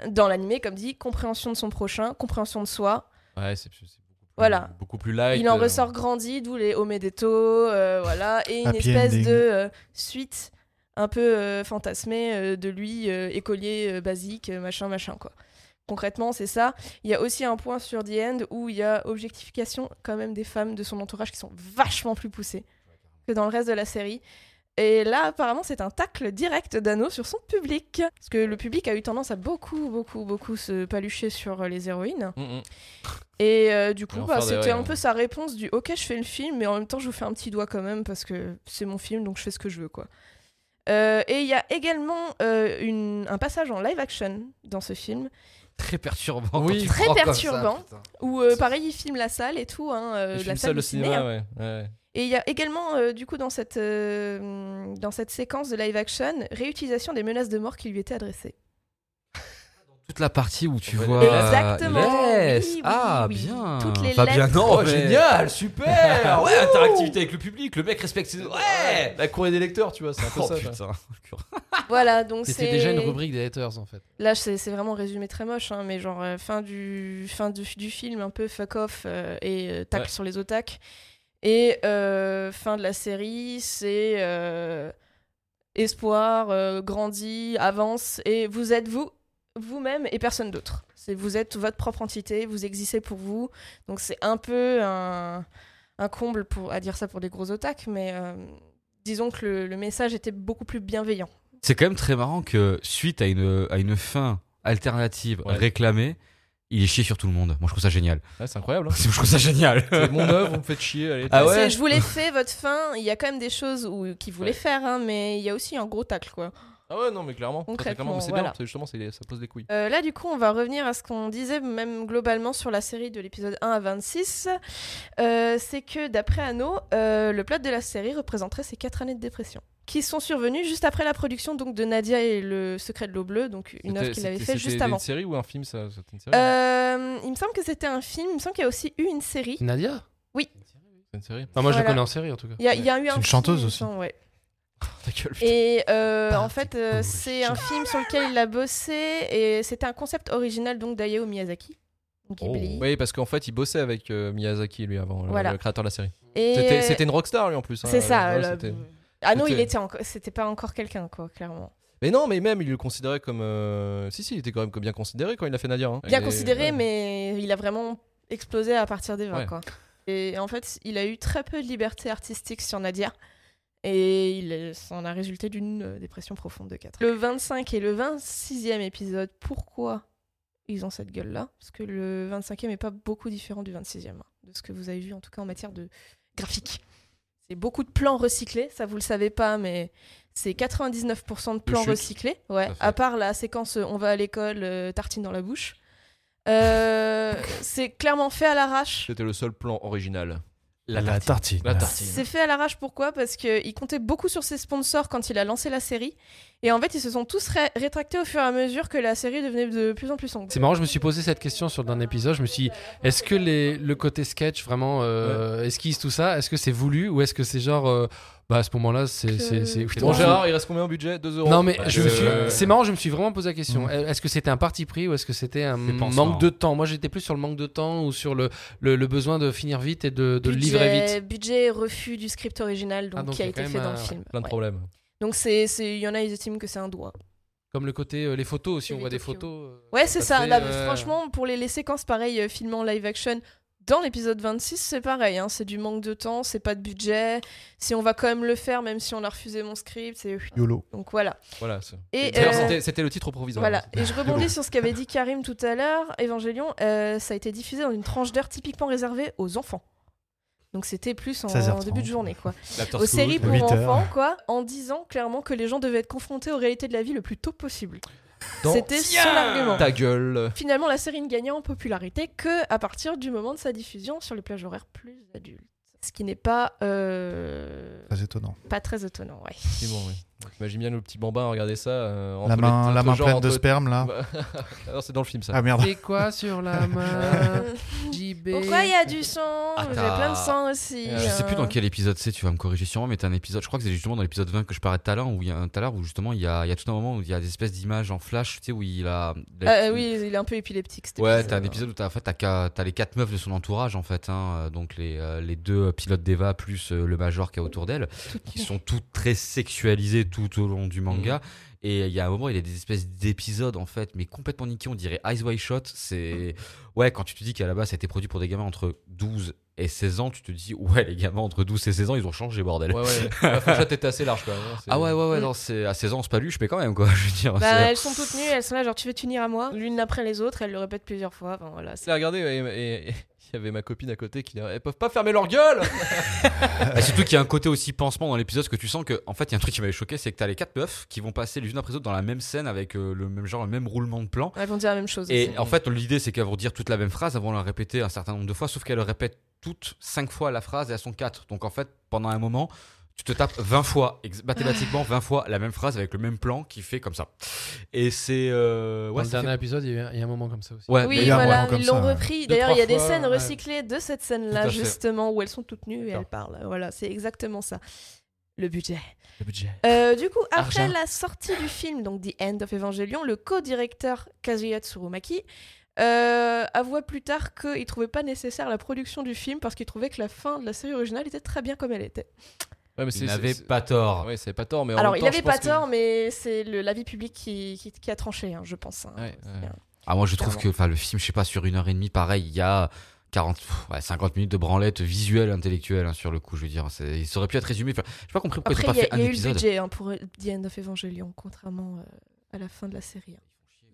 C: dans l'animé, comme dit, compréhension de son prochain, compréhension de soi.
B: Ouais, c'est c'est beaucoup, plus-
C: Voilà.
B: beaucoup plus light.
C: il en
B: euh,
C: ressort grandi, d'où les Omedeto, euh, voilà, et une
E: Happy
C: espèce
E: ending.
C: de euh, suite un peu euh, fantasmée euh, de lui, euh, écolier euh, basique, euh, machin, machin, quoi. Concrètement, c'est ça. Il y a aussi un point sur The End où il y a objectification quand même des femmes de son entourage qui sont vachement plus poussées que dans le reste de la série. Et là, apparemment, c'est un tacle direct d'Anno sur son public. Parce que le public a eu tendance à beaucoup, beaucoup, beaucoup se palucher sur euh, les héroïnes.
B: mm, mm.
C: Et euh, du coup,
B: Et en
C: bah,
B: faire des
C: c'était un
B: règles.
C: peu sa réponse du Ok, je fais le film, mais en même temps, je vous fais un petit doigt quand même parce que c'est mon film, donc je fais ce que je veux, quoi. Euh, et il y a également euh, une- un passage en live action dans ce film
D: Très perturbant.
F: Oui.
D: quand tu
C: Très
D: prends comme
C: perturbant.
D: ça, putain.
C: où, euh, pareil, il filme la salle et tout, hein, euh,
B: Je
C: la
B: filme
C: salle
B: ça
C: de
B: le
C: ciné.
B: cinéma,
C: hein.
B: ouais. ouais.
C: Et il y a également, euh, du coup, dans cette, euh, dans cette séquence de live action, réutilisation des menaces de mort qui lui étaient adressées.
D: Toute la partie où tu
B: Ouais,
D: vois. euh,
C: Exactement.
D: Yes.
C: Oui, oui,
D: ah,
C: oui.
D: bien.
C: Toutes les
D: Enfin, bien,
C: lettres.
D: non,
B: Oh,
D: mais-
B: génial, super Ouais, interactivité avec le public, le
D: mec respecte ses.
B: Ouais La courée des lecteurs, tu vois, c'est un peu
D: Oh
B: ça. quoi.
D: putain.
C: voilà, donc c'est.
F: C'était déjà une rubrique des haters en fait.
C: Là, c'est c'est vraiment résumé très moche, hein, mais genre euh, fin, du, fin du, du film, un peu fuck off euh, et euh, tacle
B: Ouais.
C: sur les otaques. Et euh, fin de la série, c'est euh, espoir, euh, grandit, avance, et vous êtes vous, vous-même et personne d'autre. C'est Vous êtes votre propre entité, vous existez pour vous. Donc c'est un peu un, un comble pour, à dire ça pour des gros otaques, mais euh, disons que le- le message était beaucoup plus bienveillant.
D: C'est quand même très marrant que suite à une, à une fin alternative
B: Ouais.
D: réclamée, il est chié sur tout le monde. Moi, je trouve ça génial.
B: Ouais, c'est incroyable. hein.
D: je trouve ça génial.
B: C'est mon œuvre, vous me faites chier. Allez,
D: Ah
B: ciao.
D: ouais
C: C'est, je vous l'ai fait, votre fin. Il y a quand même des choses où, qu'ils voulaient faire, hein, mais il y a aussi un gros tacle, quoi.
B: Ah ouais, non, mais clairement.
C: Concrètement,
B: Très clairement, mais c'est bien,
C: voilà.
B: c'est justement, c'est- ça pose des couilles.
C: Euh, là, du coup, on va revenir à ce qu'on disait même globalement sur la série de l'épisode 1 à 26. Euh, c'est que, d'après Anno, euh, le plot de la série représenterait ces 4 années de dépression qui sont survenues juste après la production donc de Nadia et le secret de l'eau bleue, donc une œuvre
B: C'était-
C: qu'il avait
B: c'était-
C: faite
B: c'était
C: juste avant.
B: une série ou un film, ça C'était une série non
C: Euh, il me semble que c'était un film, il me semble qu'il y a aussi eu une série.
F: Nadia
C: Oui.
B: C'est une série.
F: Non, moi je
C: Voilà.
F: la connais en série en tout cas.
C: Il y a, il y a eu un
E: une
C: film,
E: chanteuse
C: il me
E: aussi.
C: semble, ouais.
B: Oh, Ta gueule, putain. Bah,
C: Et euh,
D: Pas
C: en fait, euh,
D: cool.
C: c'est un film sur lequel il a bossé et c'était un concept original donc d'Hayao Miyazaki. Ghibli.
B: Oh. Oui, parce qu'en fait, il bossait avec euh, Miyazaki, lui, avant, le-
C: Voilà.
B: le créateur de la série.
C: Et,
B: C'était
C: euh,
B: c'était une rockstar, lui, en plus. hein.
C: c'est ça.
B: Ouais,
C: le-
B: c'était-
C: Ah non,
B: C'était-
C: il était encore, c'était pas encore quelqu'un, quoi, clairement.
B: Mais non, mais même, il le considérait comme. euh, Si, si, il était quand même bien considéré quand il a fait Nadia. hein.
C: Bien
B: Et-
C: considéré,
B: ouais.
C: mais il a vraiment explosé à partir des 20,
B: Ouais.
C: quoi. Et en fait, il a eu très peu de liberté artistique sur Nadia. Et il euh, s'en a résulté d'une euh, dépression profonde de 4 ans. Le 25 et le 26e épisode, pourquoi ils ont cette gueule-là Parce que le 25e n'est pas beaucoup différent du 26e, hein, de ce que vous avez vu en tout cas en matière de graphique. C'est beaucoup de plans recyclés, ça vous le savez pas, mais c'est 99% de plans
D: chute.
C: recyclés. Ouais,
D: Tout à fait.
C: à, part la séquence euh, on va à l'école, euh, tartine dans la bouche. Euh, c'est clairement fait à l'arrache.
B: C'était le seul plan original.
D: La
E: La tartine.
D: La tartine.
F: hein.
C: C'est fait à l'arrache pourquoi Parce qu'il comptait beaucoup sur ses sponsors quand il a lancé la série. Et en fait, ils se sont tous ré- rétractés au fur et à mesure que la série devenait de plus en plus sombre.
F: C'est marrant, je me suis posé cette question sur d'un épisode. Je me suis dit, est-ce que les, le côté sketch vraiment euh, esquisse tout ça Est-ce que c'est voulu ou est-ce que c'est genre, euh, bah à ce moment-là, c'est.
C: Que-
F: c'est- c'est-
B: Bon, Gérard, il Euh, reste combien au budget 2 euros
F: Non mais je me
B: que-
F: suis. C'est marrant, je me suis vraiment posé la question.
B: Mhm.
F: Est-ce que c'était un parti pris ou est-ce que c'était un
D: C'est pensant,
F: manque
D: hein.
F: de temps Moi, j'étais plus sur le manque de temps ou sur le le, le besoin de finir vite et de, de le livrer vite.
C: Budget et refus du script original donc,
F: Ah, donc
C: qui
F: il
C: a
F: y a
C: été
F: quand
C: fait
F: même
C: dans le
F: un-
C: film.
B: Plein de
C: Ouais.
B: problèmes.
C: Donc c'est, c'est- il y en a, ils estiment que c'est un doigt.
F: Comme le côté euh, les photos aussi,
C: C'est
F: on voit des
C: Tokyo.
F: photos. euh,
C: Ouais, c'est ça.
F: fait,
C: Là,
F: euh,
C: Franchement, pour les, les séquences pareilles, euh, filmées en live action, dans l'épisode 26, c'est pareil. hein. c'est du manque de temps, c'est pas de budget. Si on va quand même le faire, même si on a refusé mon script, c'est.
E: YOLO.
C: Donc voilà.
B: Voilà. c'est-
C: Et,
B: D'ailleurs,
C: euh,
B: c'était- C'était le titre provisoire.
C: voilà. Et je rebondis sur ce qu'avait dit Karim tout à l'heure. Évangélion, euh, ça a été diffusé dans une tranche d'heure typiquement réservée aux enfants. Donc c'était plus en,
E: 16h30.
C: début de journée, quoi.
B: L'After
C: Aux
B: School.
C: séries pour
E: 8 heures.
C: enfants, quoi. En disant clairement que les gens devaient être confrontés aux réalités de la vie le plus tôt possible.
B: Dans-
C: C'était son argument.
B: Ta gueule.
C: Finalement, la série ne gagnait en popularité que à partir du moment de sa diffusion sur les plages horaires plus adultes. Ce qui n'est pas, euh,
E: Très étonnant.
C: pas très étonnant, ouais.
B: C'est bon, oui. Imagine bien le petit bambin regarder ça. euh, entre
E: La
B: les-
E: main,
B: entre
E: la main
B: genre,
E: pleine de
B: entre-
E: sperme, là.
B: Ah non, c'est dans le film ça.
E: Ah merde.
F: C'est quoi sur la
B: Euh,
F: main JB
C: Pourquoi il y a du sang
D: Ah,
C: Vous
D: t'as-
C: avez plein de sang aussi.
B: Je
D: Je sais plus
C: hein.
D: dans quel épisode c'est, tu vas me corriger sûrement, mais t'as un épisode, je crois que c'est justement dans l'épisode 20 que je parlais tout à l'heure, où il y a un tout à l'heure où justement il y, a, il y a tout un moment où il y a des espèces d'images en flash, tu sais, où il a. il a-
C: Ah, euh, oui, il est un peu épileptique. cet
D: Ouais,
C: épisode.
D: t'as un épisode où t'as en fait, t'as qu'à- t'as les quatre meufs de son entourage en fait, hein, euh, donc les, euh, les deux euh, pilotes d'Eva plus euh, le major qui est autour d'elle, qui sont toutes très sexualisées tout au long du manga. Et il y a un moment, il y a des espèces d'épisodes en fait, mais complètement niqués. On dirait Eyes Wide Shot. C'est ouais, quand tu te dis qu'à la base, ça a été produit pour des gamins entre 12 et 16 ans, tu te dis ouais, les gamins entre 12 et 16 ans, ils ont changé bordel.
B: Ouais, ouais. La fourchette était assez large quand même. hein, c'est-
D: Ah ouais, ouais, ouais,
C: Mm.
D: non, c'est à 16 ans, on se paluche, mais quand même quoi. Je veux dire,
C: Bah,
D: c'est-
C: elles sont toutes nues, elles sont là, genre tu veux t'unir à moi, l'une après les autres, elles le répètent plusieurs fois. Enfin, voilà,
B: Je
C: c'est-
B: l'ai regardé et- et et il y avait ma copine à côté qui disait Elles peuvent pas fermer leur gueule
D: Et Bah, surtout qu'il y a un côté aussi pansement dans l'épisode, parce que tu sens que, en fait, il y a un truc qui m'avait choqué, c'est que t'as les quatre meufs qui vont passer les unes après les autres dans la même scène avec euh, le même genre, le même roulement de plan.
C: Elles vont dire la même chose.
D: Et
C: aussi.
D: en fait, l'idée, c'est qu'elles vont dire toute la même phrase, elles vont la répéter un certain nombre de fois, sauf qu'elles répètent toutes cinq fois la phrase et elles sont quatre. Donc en fait, pendant un moment, tu te tapes 20 fois, ex- mathématiquement 20 fois la même phrase avec le même plan qui fait comme ça. Et c'est. euh,
F: Dans
D: ouais,
F: le
D: ça fait-
F: dernier épisode, il y, a eu- il y a un moment comme ça aussi.
D: Ouais,
C: oui,
E: il y a un
C: voilà,
E: moment comme
C: ils l'ont
E: ça, ouais.
C: repris.
F: Deux,
C: D'ailleurs, il y a des
F: trois fois,
C: scènes
F: ouais.
C: recyclées de cette
D: Tout
C: scène-là,
D: à fait.
C: justement, où elles sont toutes nues et
D: D'accord.
C: elles parlent. Voilà, c'est exactement ça. Le budget.
B: Le budget.
C: Euh, du coup, après
B: Argent.
C: la sortie du film, donc The End of Evangelion, le co-directeur Kazuya Tsurumaki euh, avoua plus tard qu'il trouvait pas nécessaire la production du film parce qu'il trouvait que la fin de la série originale était très bien comme elle était.
B: Ouais, mais
D: Il
B: c'est.
D: n'avait
B: c'est-
D: pas tort.
B: Ouais, c'est pas tort, mais en
C: Alors,
B: même
C: il
B: temps, je
C: n'avait pas
B: pense que-
C: tort, mais c'est le- l'avis public qui, qui, qui a tranché, hein, je pense. hein.
B: Ouais, ouais.
D: Ah, moi, je trouve
C: Clairement.
D: que enfin, le film, je sais pas, sur une heure et demie, pareil, il y a 40, pff, ouais, 50 minutes de branlette visuelle, intellectuelle, hein, sur le coup, je veux dire. c'est- Il aurait pu être résumé. enfin, J'ai pas compris pourquoi
C: Après,
D: ils ont
C: il y a,
D: pas fait un
C: il y a eu le
D: épisode.
C: budget hein, pour The End of Evangelion, contrairement euh, à la fin de la série. hein.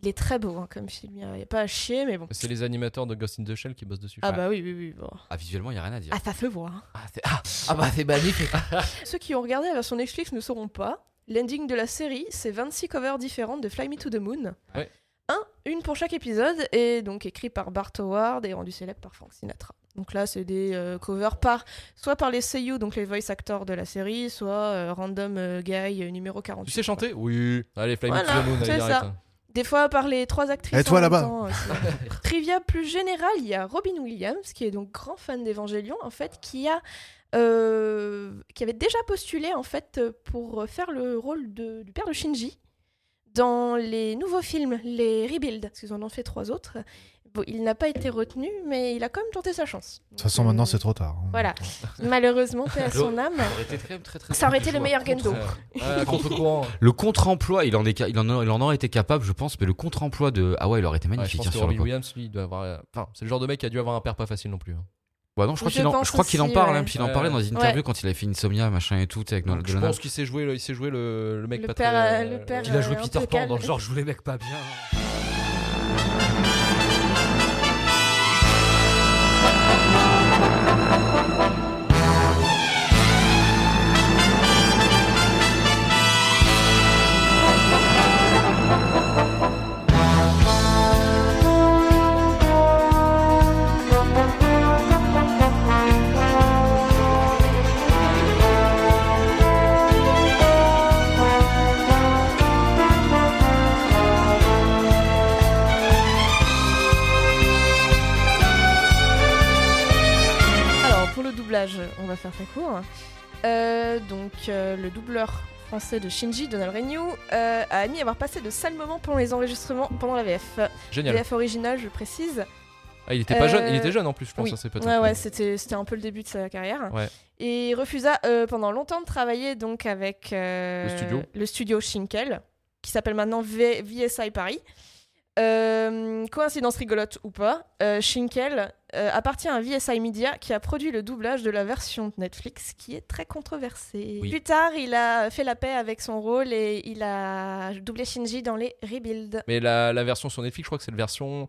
C: Il est très beau hein, comme film, il n'y a pas à chier, mais bon.
B: C'est les animateurs de Ghost in the Shell qui bossent dessus.
C: Ah bah oui, oui, oui. Bon.
D: Ah, visuellement, il y a rien à dire.
C: Ah, ça se voit. hein.
G: bah c'est magnifique.
C: Ceux qui ont regardé la version Netflix ne sauront pas. L'ending de la série, c'est 26 covers différentes de Fly Me to the Moon.
B: Ouais.
C: Un, une pour chaque épisode, et donc écrit par Bart Howard et rendu célèbre par Frank Sinatra. Donc là, c'est des euh, covers par soit par les seiyuu, donc les voice actors de la série, soit euh, random euh, guy euh, numéro 48.
B: Tu sais chanter Oui. Allez, Fly Me
C: Voilà,
B: to the Moon, allez,
C: c'est
B: direct.
C: ça.
B: hein.
C: Des fois par les trois actrices.
E: Et toi,
C: en même
E: là-bas.
C: temps aussi. Trivia plus générale, il y a Robin Williams, qui est donc grand fan d'Evangélion, en fait, qui a. euh, qui avait déjà postulé en fait pour faire le rôle de- du père de Shinji dans les nouveaux films, les Rebuild, parce qu'ils en ont fait trois autres. Bon, il n'a pas été retenu, mais il a quand même tenté sa chance.
E: De toute façon, maintenant, c'est trop tard. hein.
C: Voilà. Malheureusement, paix à son âme.
D: Ça aurait été très, très, très
C: Ça aurait été le
D: choix.
C: meilleur Gendo.
B: contre-courant.
D: Le contre-emploi, il en, est, ca- il, en, a- il en aurait été capable, je pense, mais le contre-emploi de. Ah ouais, il aurait été
B: Ouais, je
D: magnifique
B: pense
D: hein,
B: que
D: sur le
B: Robin
D: coup.
B: Williams, lui, il doit avoir. euh, Enfin, c'est le genre de mec qui a dû avoir un père pas facile non plus. hein.
D: Ouais, non, je crois
C: Je
D: qu'il en,
C: pense
D: je crois qu'il en
C: aussi,
D: parle, hein,
C: ouais.
D: puis il en
B: Ouais.
D: parlait dans une interview
C: Ouais.
D: quand il a fait Insomnia, machin et tout, avec Nolan
B: Donc, je
D: Dolan.
B: pense qu'il s'est joué, le- il s'est joué le, le mec
C: Le
B: pas
C: père,
B: très.
C: euh, le père,
D: Il a joué
C: Euh,
D: Peter Pan
C: impeccable.
D: dans le genre, je voulais mec pas bien.
C: Alors, pour le doublage, on va faire très court. Euh, donc, euh, le doubleur français de Shinji, Donald Renew, euh, a admis avoir passé de sales moments pendant les enregistrements pendant la VF.
B: Génial.
C: VF originale, je précise.
B: Ah, il était pas
C: Euh,
B: jeune, il était jeune en plus, je pense.
C: oui.
B: ça, c'est peut-être.
C: Ouais, ouais, c'était c'était un peu le début de sa carrière.
B: Ouais.
C: Et il refusa euh, pendant longtemps de travailler donc avec euh,
B: Le studio.
C: le studio Schinkel, qui s'appelle maintenant V- VSI Paris. Euh, coïncidence rigolote ou pas, euh, Schinkel euh, appartient à VSI Media qui a produit le doublage de la version Netflix qui est très controversée.
D: Oui.
C: Plus tard, il a fait la paix avec son rôle et il a doublé Shinji dans les Rebuild.
B: Mais la, la version sur Netflix, je crois que c'est la version,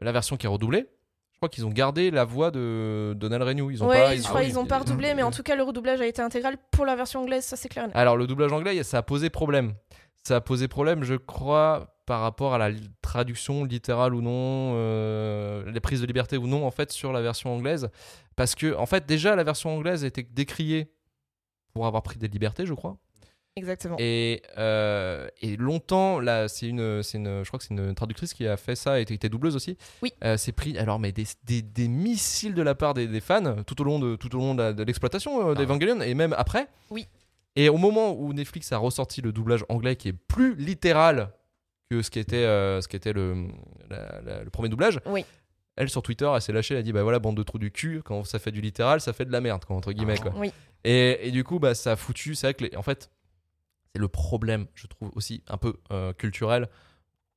B: la version qui est redoublée. Je crois qu'ils ont gardé la voix de Donald Renew. Ils ont
C: ouais,
B: pas.
C: je
B: ont-
C: crois
B: ah oui.
C: qu'ils ont pas redoublé, mais en tout cas, le redoublage a été intégral pour la version anglaise, ça c'est clair. et net.
B: Alors, le doublage anglais, ça a posé problème. Ça a posé problème, je crois, par rapport à la li- traduction littérale ou non, euh, les prises de liberté ou non, en fait, sur la version anglaise. Parce que, en fait, déjà, la version anglaise était décriée pour avoir pris des libertés, je crois.
C: Exactement.
B: Et, euh, et longtemps, là, c'est une, c'est une, je crois que c'est une traductrice qui a fait ça et qui était doubleuse aussi.
C: Oui.
B: Euh, c'est pris, alors, mais des, des, des missiles de la part des, des fans tout au long de, tout au long de, la- de l'exploitation euh, d'Evangelion et même après.
C: Ah. Oui.
B: Et au moment où Netflix a ressorti le doublage anglais qui est plus littéral que ce qui était, euh, ce qui était le, la- la- le premier doublage.
C: Oui.
B: Elle sur Twitter, elle s'est lâchée, elle a dit bah voilà bande de trous du cul. Quand ça fait du littéral, ça fait de la merde, quoi, entre guillemets. Quoi.
C: Oui.
B: Et, et du coup, bah, ça a foutu. C'est vrai que, les- en fait, c'est le problème, je trouve, aussi un peu euh, culturel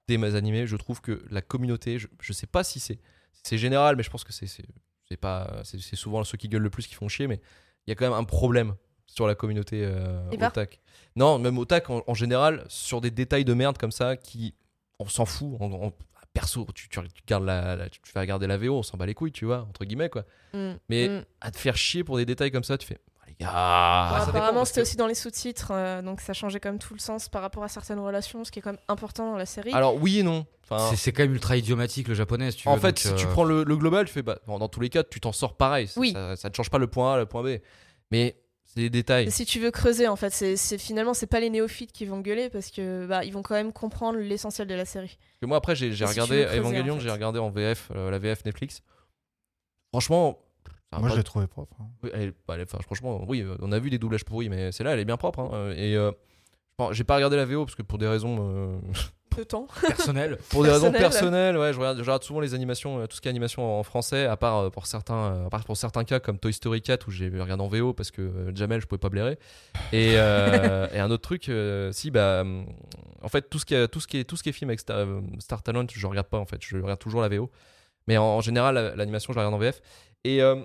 B: des mes animés. Je trouve que la communauté, je, je sais pas si c'est c'est général, mais je pense que c'est c'est c'est pas c'est c'est souvent ceux qui gueulent le plus qui font chier, mais il y a quand même un problème sur la communauté euh,
C: Et bah.
B: otak. Non, même otak en, en général sur des détails de merde comme ça qui on s'en fout. On, on- perso, tu tu, regardes la, la- tu vas regarder la VO, on s'en bat les couilles, tu vois, entre guillemets quoi.
C: Mm,
B: Mais
C: mm.
B: à te faire chier pour des détails comme ça, tu fais oh, les gars.
D: ah,
C: Bon,
B: ça dépend,
C: apparemment,
B: parce
C: c'était
B: que-
C: aussi dans les sous-titres, euh, donc ça changeait quand même tout le sens par rapport à certaines relations, ce qui est quand même important dans la série.
B: Alors oui et non. Enfin,
D: C'est- C'est quand même ultra idiomatique le japonais. si tu
B: Ah. en
D: veux,
B: fait,
D: donc,
B: si
D: euh,
B: tu prends le, le global, tu fais bah, bon, dans tous les cas, tu t'en sors pareil. Ça-
C: Oui.
B: Ça, ça ne change pas le point A, le point B. Mais c'est des détails.
C: Et si tu veux creuser, en fait, c'est c'est- finalement c'est pas les néophytes qui vont gueuler parce que bah ils vont quand même comprendre l'essentiel de la série.
B: Que moi, après, j'ai j'ai
C: Et si
B: regardé
C: tu veux creuser,
B: Evangelion,
C: en fait.
B: j'ai regardé en VF, euh, la VF Netflix. Franchement, ça va
E: Moi,
B: pas-
E: je l'ai trouvé propre. hein.
B: Oui, elle- bah, elle- enfin, franchement, oui, euh, on a vu des doublages pourris, mais celle-là, elle est bien propre. hein. Euh, Et euh, je pense- j'ai pas regardé la VO parce que pour des raisons, euh,
C: Le temps.
D: personnel.
B: pour des raisons
C: Personnelles.
B: personnelles, ouais, je regarde, je regarde souvent les animations, euh, tout ce qui est animation en français, à part euh, pour certains, euh, à part pour certains cas comme Toy Story 4 où j'ai regardé en VO parce que euh, Jamel, je pouvais pas blairer. Et, euh, et un autre truc, euh, si bah, hum, en fait tout ce qui est tout ce qui est tout ce qui est film avec Star, euh, Star Talent, je regarde pas en fait, je regarde toujours la VO. Mais en, en général, la- l'animation, je la regarde en VF. Et, euh,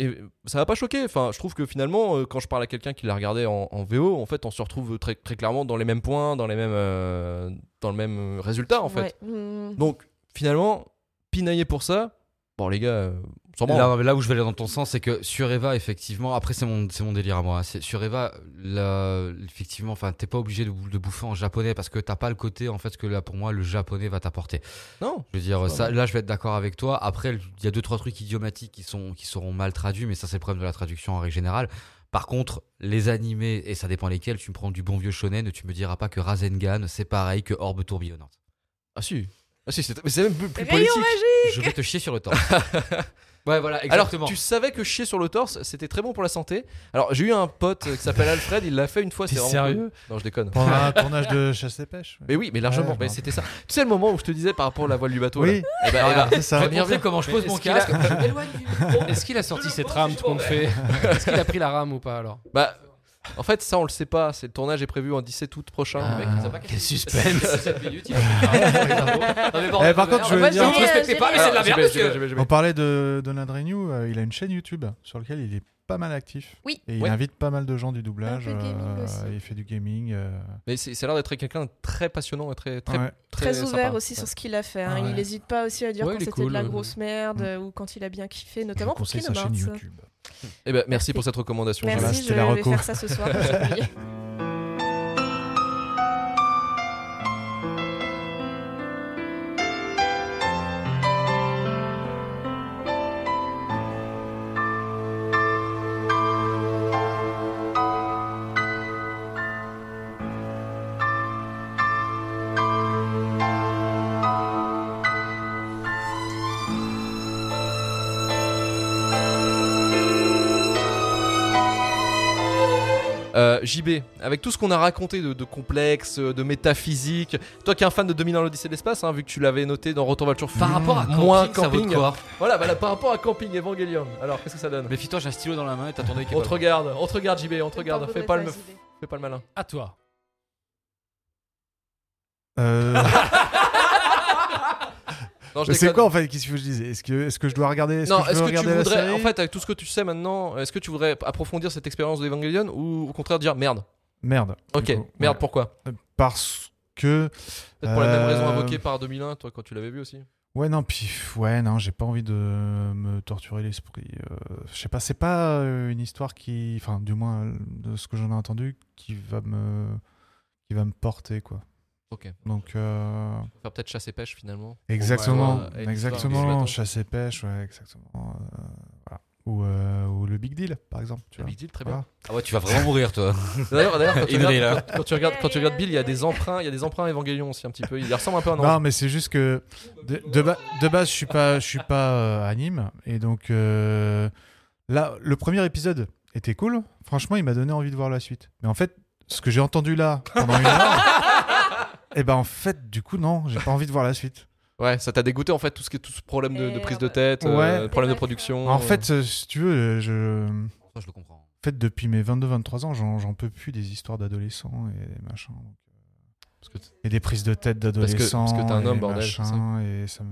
B: et ça va pas choquer. Enfin, je trouve que finalement, euh, quand je parle à quelqu'un qui l'a regardé en, en VO, en fait, on se retrouve très, très clairement dans les mêmes points, dans les mêmes, euh, dans le même résultat, en fait.
C: Ouais. Mm.
B: Donc finalement, pinailler pour ça, bon les gars, euh, on s'en branle.
D: Là, là où je vais aller dans ton sens, c'est que sur Eva, effectivement, après c'est mon, c'est mon délire à moi. hein. C'est- Sur Eva, là, effectivement, enfin, t'es pas obligé de, bou- de bouffer en japonais parce que t'as pas le côté, en fait, que là pour moi le japonais va t'apporter.
B: Non,
D: Je veux dire, ça, là, je vais être d'accord avec toi. Après, il y a deux trois trucs idiomatiques qui sont qui seront mal traduits, mais ça c'est le problème de la traduction en règle générale. Par contre, les animés et ça dépend lesquels, tu me prends du bon vieux shonen, tu me diras pas que Rasengan c'est pareil que Orbe tourbillonnante.
B: ah si, ah si, c'est mais c'est même plus, plus
C: Rayon
B: politique.
C: magique.
D: Je vais te chier sur le temps. Ouais, voilà,
B: Alors,
D: exactement.
B: tu savais que chier sur le torse, c'était très bon pour la santé. Alors, j'ai eu un pote euh, qui s'appelle Alfred, il l'a fait une fois.
F: T'es
B: c'est vraiment
F: sérieux
B: cool. Non, je déconne.
E: Pendant un tournage de chasse et pêche.
B: Mais oui, mais largement.
E: Ouais,
B: mais
E: je
B: c'était ça. Tu sais le moment où je te disais par rapport à la voile du bateau.
E: Oui,
B: là Eh
D: Ah,
B: ben, eh ben,
E: c'est
D: Je
E: ça.
D: vais te montrer comment je pose mon
F: Est-ce qu'il a-
D: casque. Je m'éloigne du micro.
F: Est-ce qu'il a sorti cette rame qu'on fait Est-ce qu'il a pris la rame ou pas alors
B: bah, en fait, ça, on le sait pas. C'est le tournage est prévu en 17 août prochain.
F: Ah,
B: mec.
F: quel suspense.
D: 7 minutes, il va faire un
E: Eh, par contre, je veux
C: Moi,
E: dire-
C: j'ai-
D: Vous respectez pas, mais
C: j'ai-
D: c'est de la
B: Alors, j'y vais, j'y
D: merde,
B: vais,
D: monsieur.
B: j'y vais, j'y vais.
E: On parlait de Donald Renew, euh, il a une chaîne YouTube sur laquelle il est pas mal actif.
A: Oui.
E: Et il
B: Ouais.
E: invite pas mal de gens du doublage. euh,
A: Un peu de gaming aussi.
E: il fait du gaming. euh,
B: Mais c'est- ça a l'air d'être quelqu'un de très passionnant et très, très,
E: ouais.
C: Très, ouvert
B: sympa.
C: aussi sur ce qu'il a fait. hein.
E: Ah ouais.
C: Il n'hésite pas aussi à dire
F: Ouais,
C: quand
F: il est
C: c'était
F: cool,
C: de la
F: euh,
C: grosse merde euh, ou quand il a bien kiffé,
E: Je
C: notamment
E: vous
C: pour
E: conseille sa
C: Kingdom
E: chaîne
C: Hearts.
E: YouTube.
B: Eh ben, merci pour cette recommandation.
C: Merci,
E: Voilà,
B: Jean-Marc.
E: c'était
C: je
E: la
C: vais
E: reco.
C: faire ça ce soir. j'ai oublié.
B: Euh, JB, avec tout ce qu'on a raconté de, de complexe, euh, de métaphysique, toi qui es un fan de 2001 l'Odyssée de l'espace, hein, vu que tu l'avais noté dans Retour vers le futur,
E: Mmh,
D: Par rapport à
B: Moins
D: camping, ça vaut de
B: camping.
D: quoi
B: Voilà, voilà, par rapport à Camping Evangelion. Alors, qu'est-ce que ça donne
D: Méfie-toi, j'ai un stylo dans la main et t'as ton œil qui est
B: On
D: pas
B: te
D: loin.
B: regarde, on te regarde JB, on te
C: T'en
B: regarde, fais
C: voudrais
B: pas le meuf,
C: Zidane.
B: fais pas le malin.
F: À toi.
E: Euh,
B: Non, je
E: c'est
B: déconne.
E: quoi en fait Qu'est-ce qu'il faut que je dise Est-ce que, est que je dois regarder Est-ce
B: Non,
E: que je
B: est-ce
E: dois
B: que tu
E: regarder la
B: voudrais,
E: série
B: en fait, avec tout ce que tu sais maintenant, est-ce que tu voudrais approfondir cette expérience d'Evangelion ou au contraire dire merde
E: Merde.
B: Ok,
E: Du coup,
B: merde,
E: ouais.
B: pourquoi
E: Parce que.
B: Peut-être pour la même
E: Euh,
B: raison invoquée par 2001, toi, quand tu l'avais vu aussi.
E: Ouais, non, puis pff, ouais, non, j'ai pas envie de me torturer l'esprit. Euh, je sais pas, c'est pas euh, une histoire qui, enfin, du moins euh, de ce que j'en ai entendu, qui va me, qui va me porter quoi.
B: Ok, bah,
E: Donc euh,
B: faire peut-être chasse et pêche finalement.
E: exactement,
B: ouais, ouais, l'histoire
E: exactement,
B: des
E: chasse et pêche, ouais, exactement. euh, voilà. Ou, euh, ou le Big Deal, par exemple. Tu
B: Le
E: vois.
B: Big Deal, très bien.
D: Ah ouais, tu vas vraiment mourir, toi.
B: D'ailleurs, d'ailleurs, quand, tu
D: Il est
B: regardes,
D: là.
B: quand, quand tu regardes, quand tu regardes Bill, il y a des emprunts, il y a des emprunts à Evangelion aussi un petit peu. Il ressemble un peu à un
E: Non,
B: ange.
E: mais c'est juste que de, de ba- de base, je suis pas, je suis pas euh, à Nîmes, et donc euh, là, le premier épisode était cool. Franchement, il m'a donné envie de voir la suite. Mais en fait, ce que j'ai entendu là pendant une heure, et ben en fait, du coup, non, j'ai pas envie de voir la suite.
B: Ouais, ça t'a dégoûté en fait tout ce qui est tout ce problème de, de prise de
C: Merde.
B: tête, euh,
E: Ouais.
B: problème de production.
E: En
B: euh.
E: fait, euh, si tu veux, je, en
D: Ça, je le comprends.
E: fait, depuis mes 22-23 ans, j'en j'en peux plus des histoires d'adolescents et des machins. donc, euh,
B: Parce que t-
E: et des prises de tête
B: que- parce que
E: d'adolescents.
B: t'es un
E: et
B: homme,
E: des
B: bordel, c'est
E: machins, Et ça me...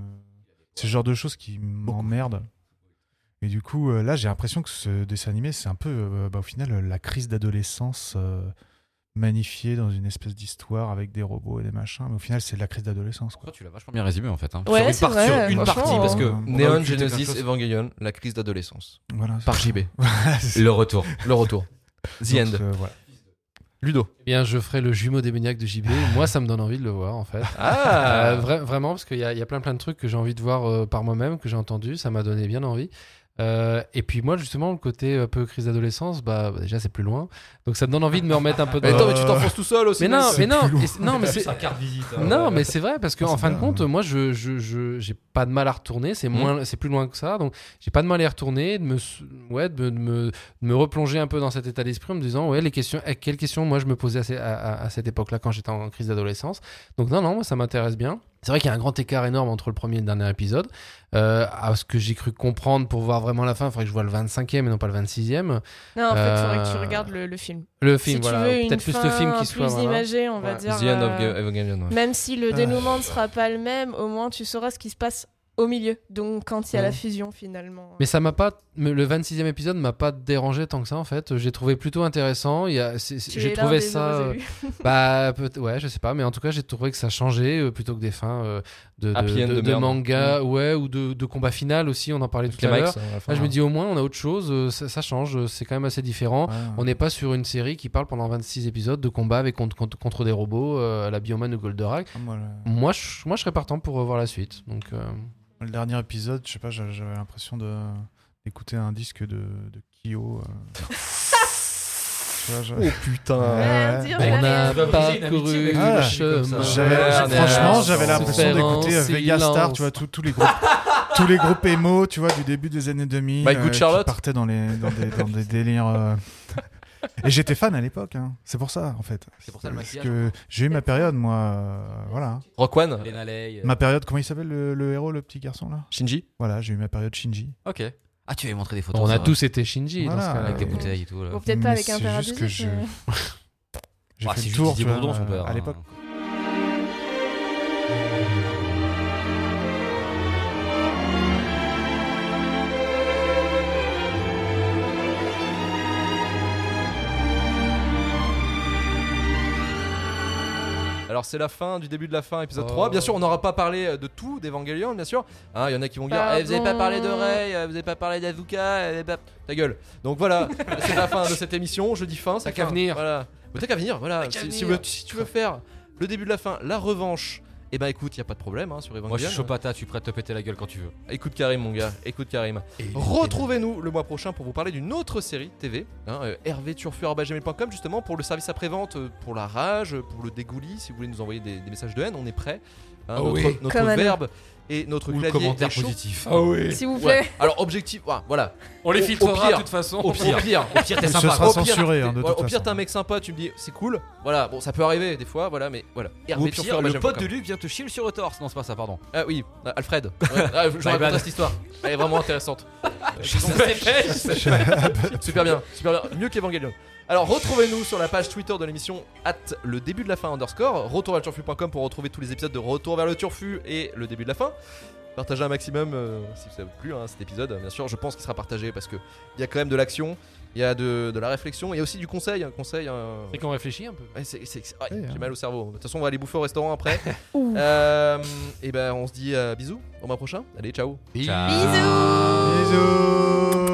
E: C'est le genre de choses qui m'emmerdent. Et du coup, euh, là, j'ai l'impression que ce dessin animé, c'est un peu, euh, bah, au final, euh, la crise d'adolescence euh, magnifiée dans une espèce d'histoire avec des robots et des machins. Mais au final, c'est la crise d'adolescence. quoi.
D: Toi, tu l'as vachement bien résumé en fait. Hein.
C: Ouais, c'est
D: sur une, par- sur
C: vrai,
D: une
C: franchement,
D: partie, parce que.
E: euh,
D: on a
B: Neon
D: occulté plein de
B: Genesis
D: choses.
B: Evangelion, la crise d'adolescence.
E: Voilà.
B: Par JB.
D: Le retour.
B: Le retour. The
E: Donc,
B: End.
E: euh, voilà.
B: Ludo.
F: Eh bien, je ferai le jumeau démoniaque de JB. Moi, ça me donne envie de le voir en fait.
B: Ah
F: Euh, vra- vraiment, parce qu'il y, a- il y a plein plein de trucs que j'ai envie de voir euh, par moi-même, que j'ai entendu, ça m'a donné bien envie. Euh, et puis moi, justement, le côté un peu crise d'adolescence, bah, bah, déjà c'est plus loin, donc ça me donne envie de me remettre un peu.
B: Mais
F: Dans...
B: attends, mais tu t'enfonces tout seul aussi.
F: mais non,
E: c'est
F: mais non,
E: plus loin.
F: et c'est- non, mais c'est non, mais c'est vrai parce que
E: hein. Ah,
F: en
E: c'est
F: fin de
E: bien, Mmh.
F: compte,
E: ouais.
F: moi, je, je, je- j'ai pas de mal à retourner. C'est moins, c'est plus loin que ça. Donc, j'ai pas de mal à y retourner, de me, s- ouais, de me, de me, de me replonger un peu dans cet état d'esprit en me disant, ouais, les questions, eh, quelles questions moi je me posais à, ces- à- à- à cette époque-là quand j'étais en, en crise d'adolescence. Donc non, non, moi ça m'intéresse bien. C'est vrai qu'il y a un grand écart énorme entre le premier et le dernier épisode. Euh, à ce que j'ai cru comprendre pour voir vraiment la fin, il faudrait que je voie le 25e et non pas le 26e.
C: Non, en fait, il faudrait que tu
F: Euh,
C: regardes le, le film.
F: Le film,
C: si
F: voilà.
C: tu veux une
F: Peut-être plus
C: fin
F: le film qui
C: plus
F: soit. voilà.
C: imagée, on va
F: Ouais.
B: The
C: dire.
B: End of
C: euh,
B: Ga- Evangelion. ouais.
C: Même si le
E: Ah.
C: dénouement ne sera pas le même, au moins tu sauras ce qui se passe au milieu. Donc quand il y a
F: Ouais.
C: la fusion finalement.
F: Mais ça m'a pas. me- Le 26e épisode m'a pas dérangé tant que ça en fait. J'ai trouvé plutôt intéressant. Il y a- c'est- c'est-
C: Tu
F: J'ai
C: es l'un
F: trouvé
C: des
F: ça.
C: heureux
F: euh,
C: élus.
F: bah peut- ouais, je sais pas, mais en tout cas j'ai trouvé que ça changeait euh, plutôt que des fins euh, de, de,
B: Happy end
F: de-
B: de
F: de
B: merde.
F: manga, ouais, ou de, de combat final aussi. On en parlait
B: Avec
F: tout
B: les
F: à
B: mics,
F: l'heure.
B: hein, à la fin,
F: Là, je
B: hein.
F: me dis au moins on a autre chose. euh, Ça, ça change. euh, C'est quand même assez différent.
E: Ouais.
F: On n'est pas sur une série qui parle pendant 26 épisodes de combat avec contre, contre, contre des robots euh, à la Bioman ou Goldorak.
E: Ah, moi, le-
F: Moi je, moi, je serais partant pour revoir la suite. Donc, euh,
E: Le dernier épisode, je sais pas, j'a- j'avais l'impression de d'écouter un disque de, de Kyo. euh. Tu vois, je-
B: hein.
F: oh,
B: putain.
E: Ouais,
C: Ouais, dire,
E: ouais.
C: j'ai
F: euh, on n'a
C: rien
F: pas
D: Ah, une amitié
F: couru
D: avec
E: lui,
F: le
E: je suis
F: chemin.
D: comme ça.
E: J'avais-
B: Merde.
E: franchement, j'avais l'impression
F: Souffrance,
E: d'écouter euh, Vegastar,
F: silence.
E: tu vois, tous- tous les groupes, tous les groupes émo, tu vois, du début des années 2000.
B: Bah, écoute,
E: qui
B: Charlotte.
E: partaient dans, les, dans, des, dans des délires. euh, Et j'étais fan à l'époque, hein. c'est pour ça en fait.
D: C'est pour ça le
E: Parce
D: maquillage,
E: que j'ai eu ma période, moi. euh, voilà.
B: Rock One
D: Lena Ley, euh,
E: Ma période, comment il s'appelle le, le héros, le petit garçon là
B: Shinji
E: Voilà, j'ai eu ma période Shinji.
C: Oh,
D: Ok. Ah, tu avais montré des photos.
F: On a
D: ça va.
F: tous été Shinji
E: Voilà.
F: dans ce cas-là.
D: Avec des
E: Ouais.
D: bouteilles et tout. là.
C: Bon, peut-être pas
E: Mais
C: avec un
E: c'est
C: père
E: juste que
C: abusif,
E: je-
C: mais-
E: J'ai
D: Ah,
E: fait le
D: c'est juste
E: tour
D: Didier
E: tu vois,
D: Bourdon, son
E: euh,
D: père,
E: à
D: hein.
E: l'époque.
B: Alors c'est la fin du début de la fin, épisode 3. Bien sûr, on n'aura pas parlé euh, de tout d'Evangelion, bien sûr. Hein, Il y en a qui vont dire
C: Pardon.
B: Eh, Vous n'avez pas parlé de Ray, euh, vous n'avez pas parlé d'Azuka, euh, bah, ta gueule. Donc voilà, c'est la fin de cette émission. Je dis fin,
F: T'as
B: c'est
F: qu'à
B: fin.
F: venir.
B: Voilà. Mais T'as qu'à venir, voilà. Si, si veux- si tu veux faire le début de la fin, la revanche. Eh ben écoute, y a pas de problème hein, sur Evangelion.
D: Moi, je suis Chopata, tu es prêt à te péter la gueule quand tu veux.
B: Écoute Karim, mon gars, écoute Karim. Retrouvez-nous le mois prochain pour vous parler d'une autre série TV, hein, euh, rvturfu.gmail.com, justement pour le service après-vente, euh, pour la rage, euh, pour le dégoulis. Si vous voulez nous envoyer des, des messages de haine, on est prêt. Hein,
F: Ah
B: notre
F: oui.
B: notre
C: Comme à nous.
B: verbe et notre
D: Ou le
B: clavier
D: commentaire
B: est chaud.
D: positif.
F: oui.
C: euh, S'il vous plaît.
B: Ouais. Alors objectif, ouais, voilà.
F: On les
B: Au- au
F: filtrera de
B: pire.
F: toute façon.
B: Au pire,
D: Au pire, t'es
E: Ce
D: sympa.
E: sera
B: Au pire,
E: censuré hein, de
B: Ouais,
E: toute
B: au pire
E: façon.
B: t'es un mec sympa, tu me dis c'est cool. Voilà, bon ça peut arriver des fois, voilà, mais voilà.
D: Ou au pire, le pote de
B: rvturfu@gmail.com.
D: Luc vient te chier sur le torse. Non, c'est pas ça, pardon.
B: Ah oui, euh, Alfred. Ouais, ah, je
D: My
B: raconterai
D: bad.
B: cette histoire. Elle est vraiment intéressante. Super bien, super bien. Mieux qu'Evangelion. Alors retrouvez-nous sur la page Twitter de l'émission at le début de la fin underscore, retour vers le turfu.com pour retrouver tous les épisodes de Retour vers le turfu et le début de la fin. Partagez un maximum euh, si ça vous a plu hein, cet épisode, bien sûr. Je pense qu'il sera partagé parce que il y a quand même de l'action, il y a de, de la réflexion, il y a aussi du conseil. Un conseil. euh,
F: C'est qu'on réfléchit un peu.
B: ouais, c'est- c'est- c'est- ouais,
E: Ouais,
B: j'ai
E: hein.
B: mal au cerveau. De toute façon, on va aller bouffer au restaurant après.
C: Ouh.
B: Euh, et ben, on se dit euh, bisous. Au mois prochain. Allez, ciao.
D: Ciao.
E: Bisous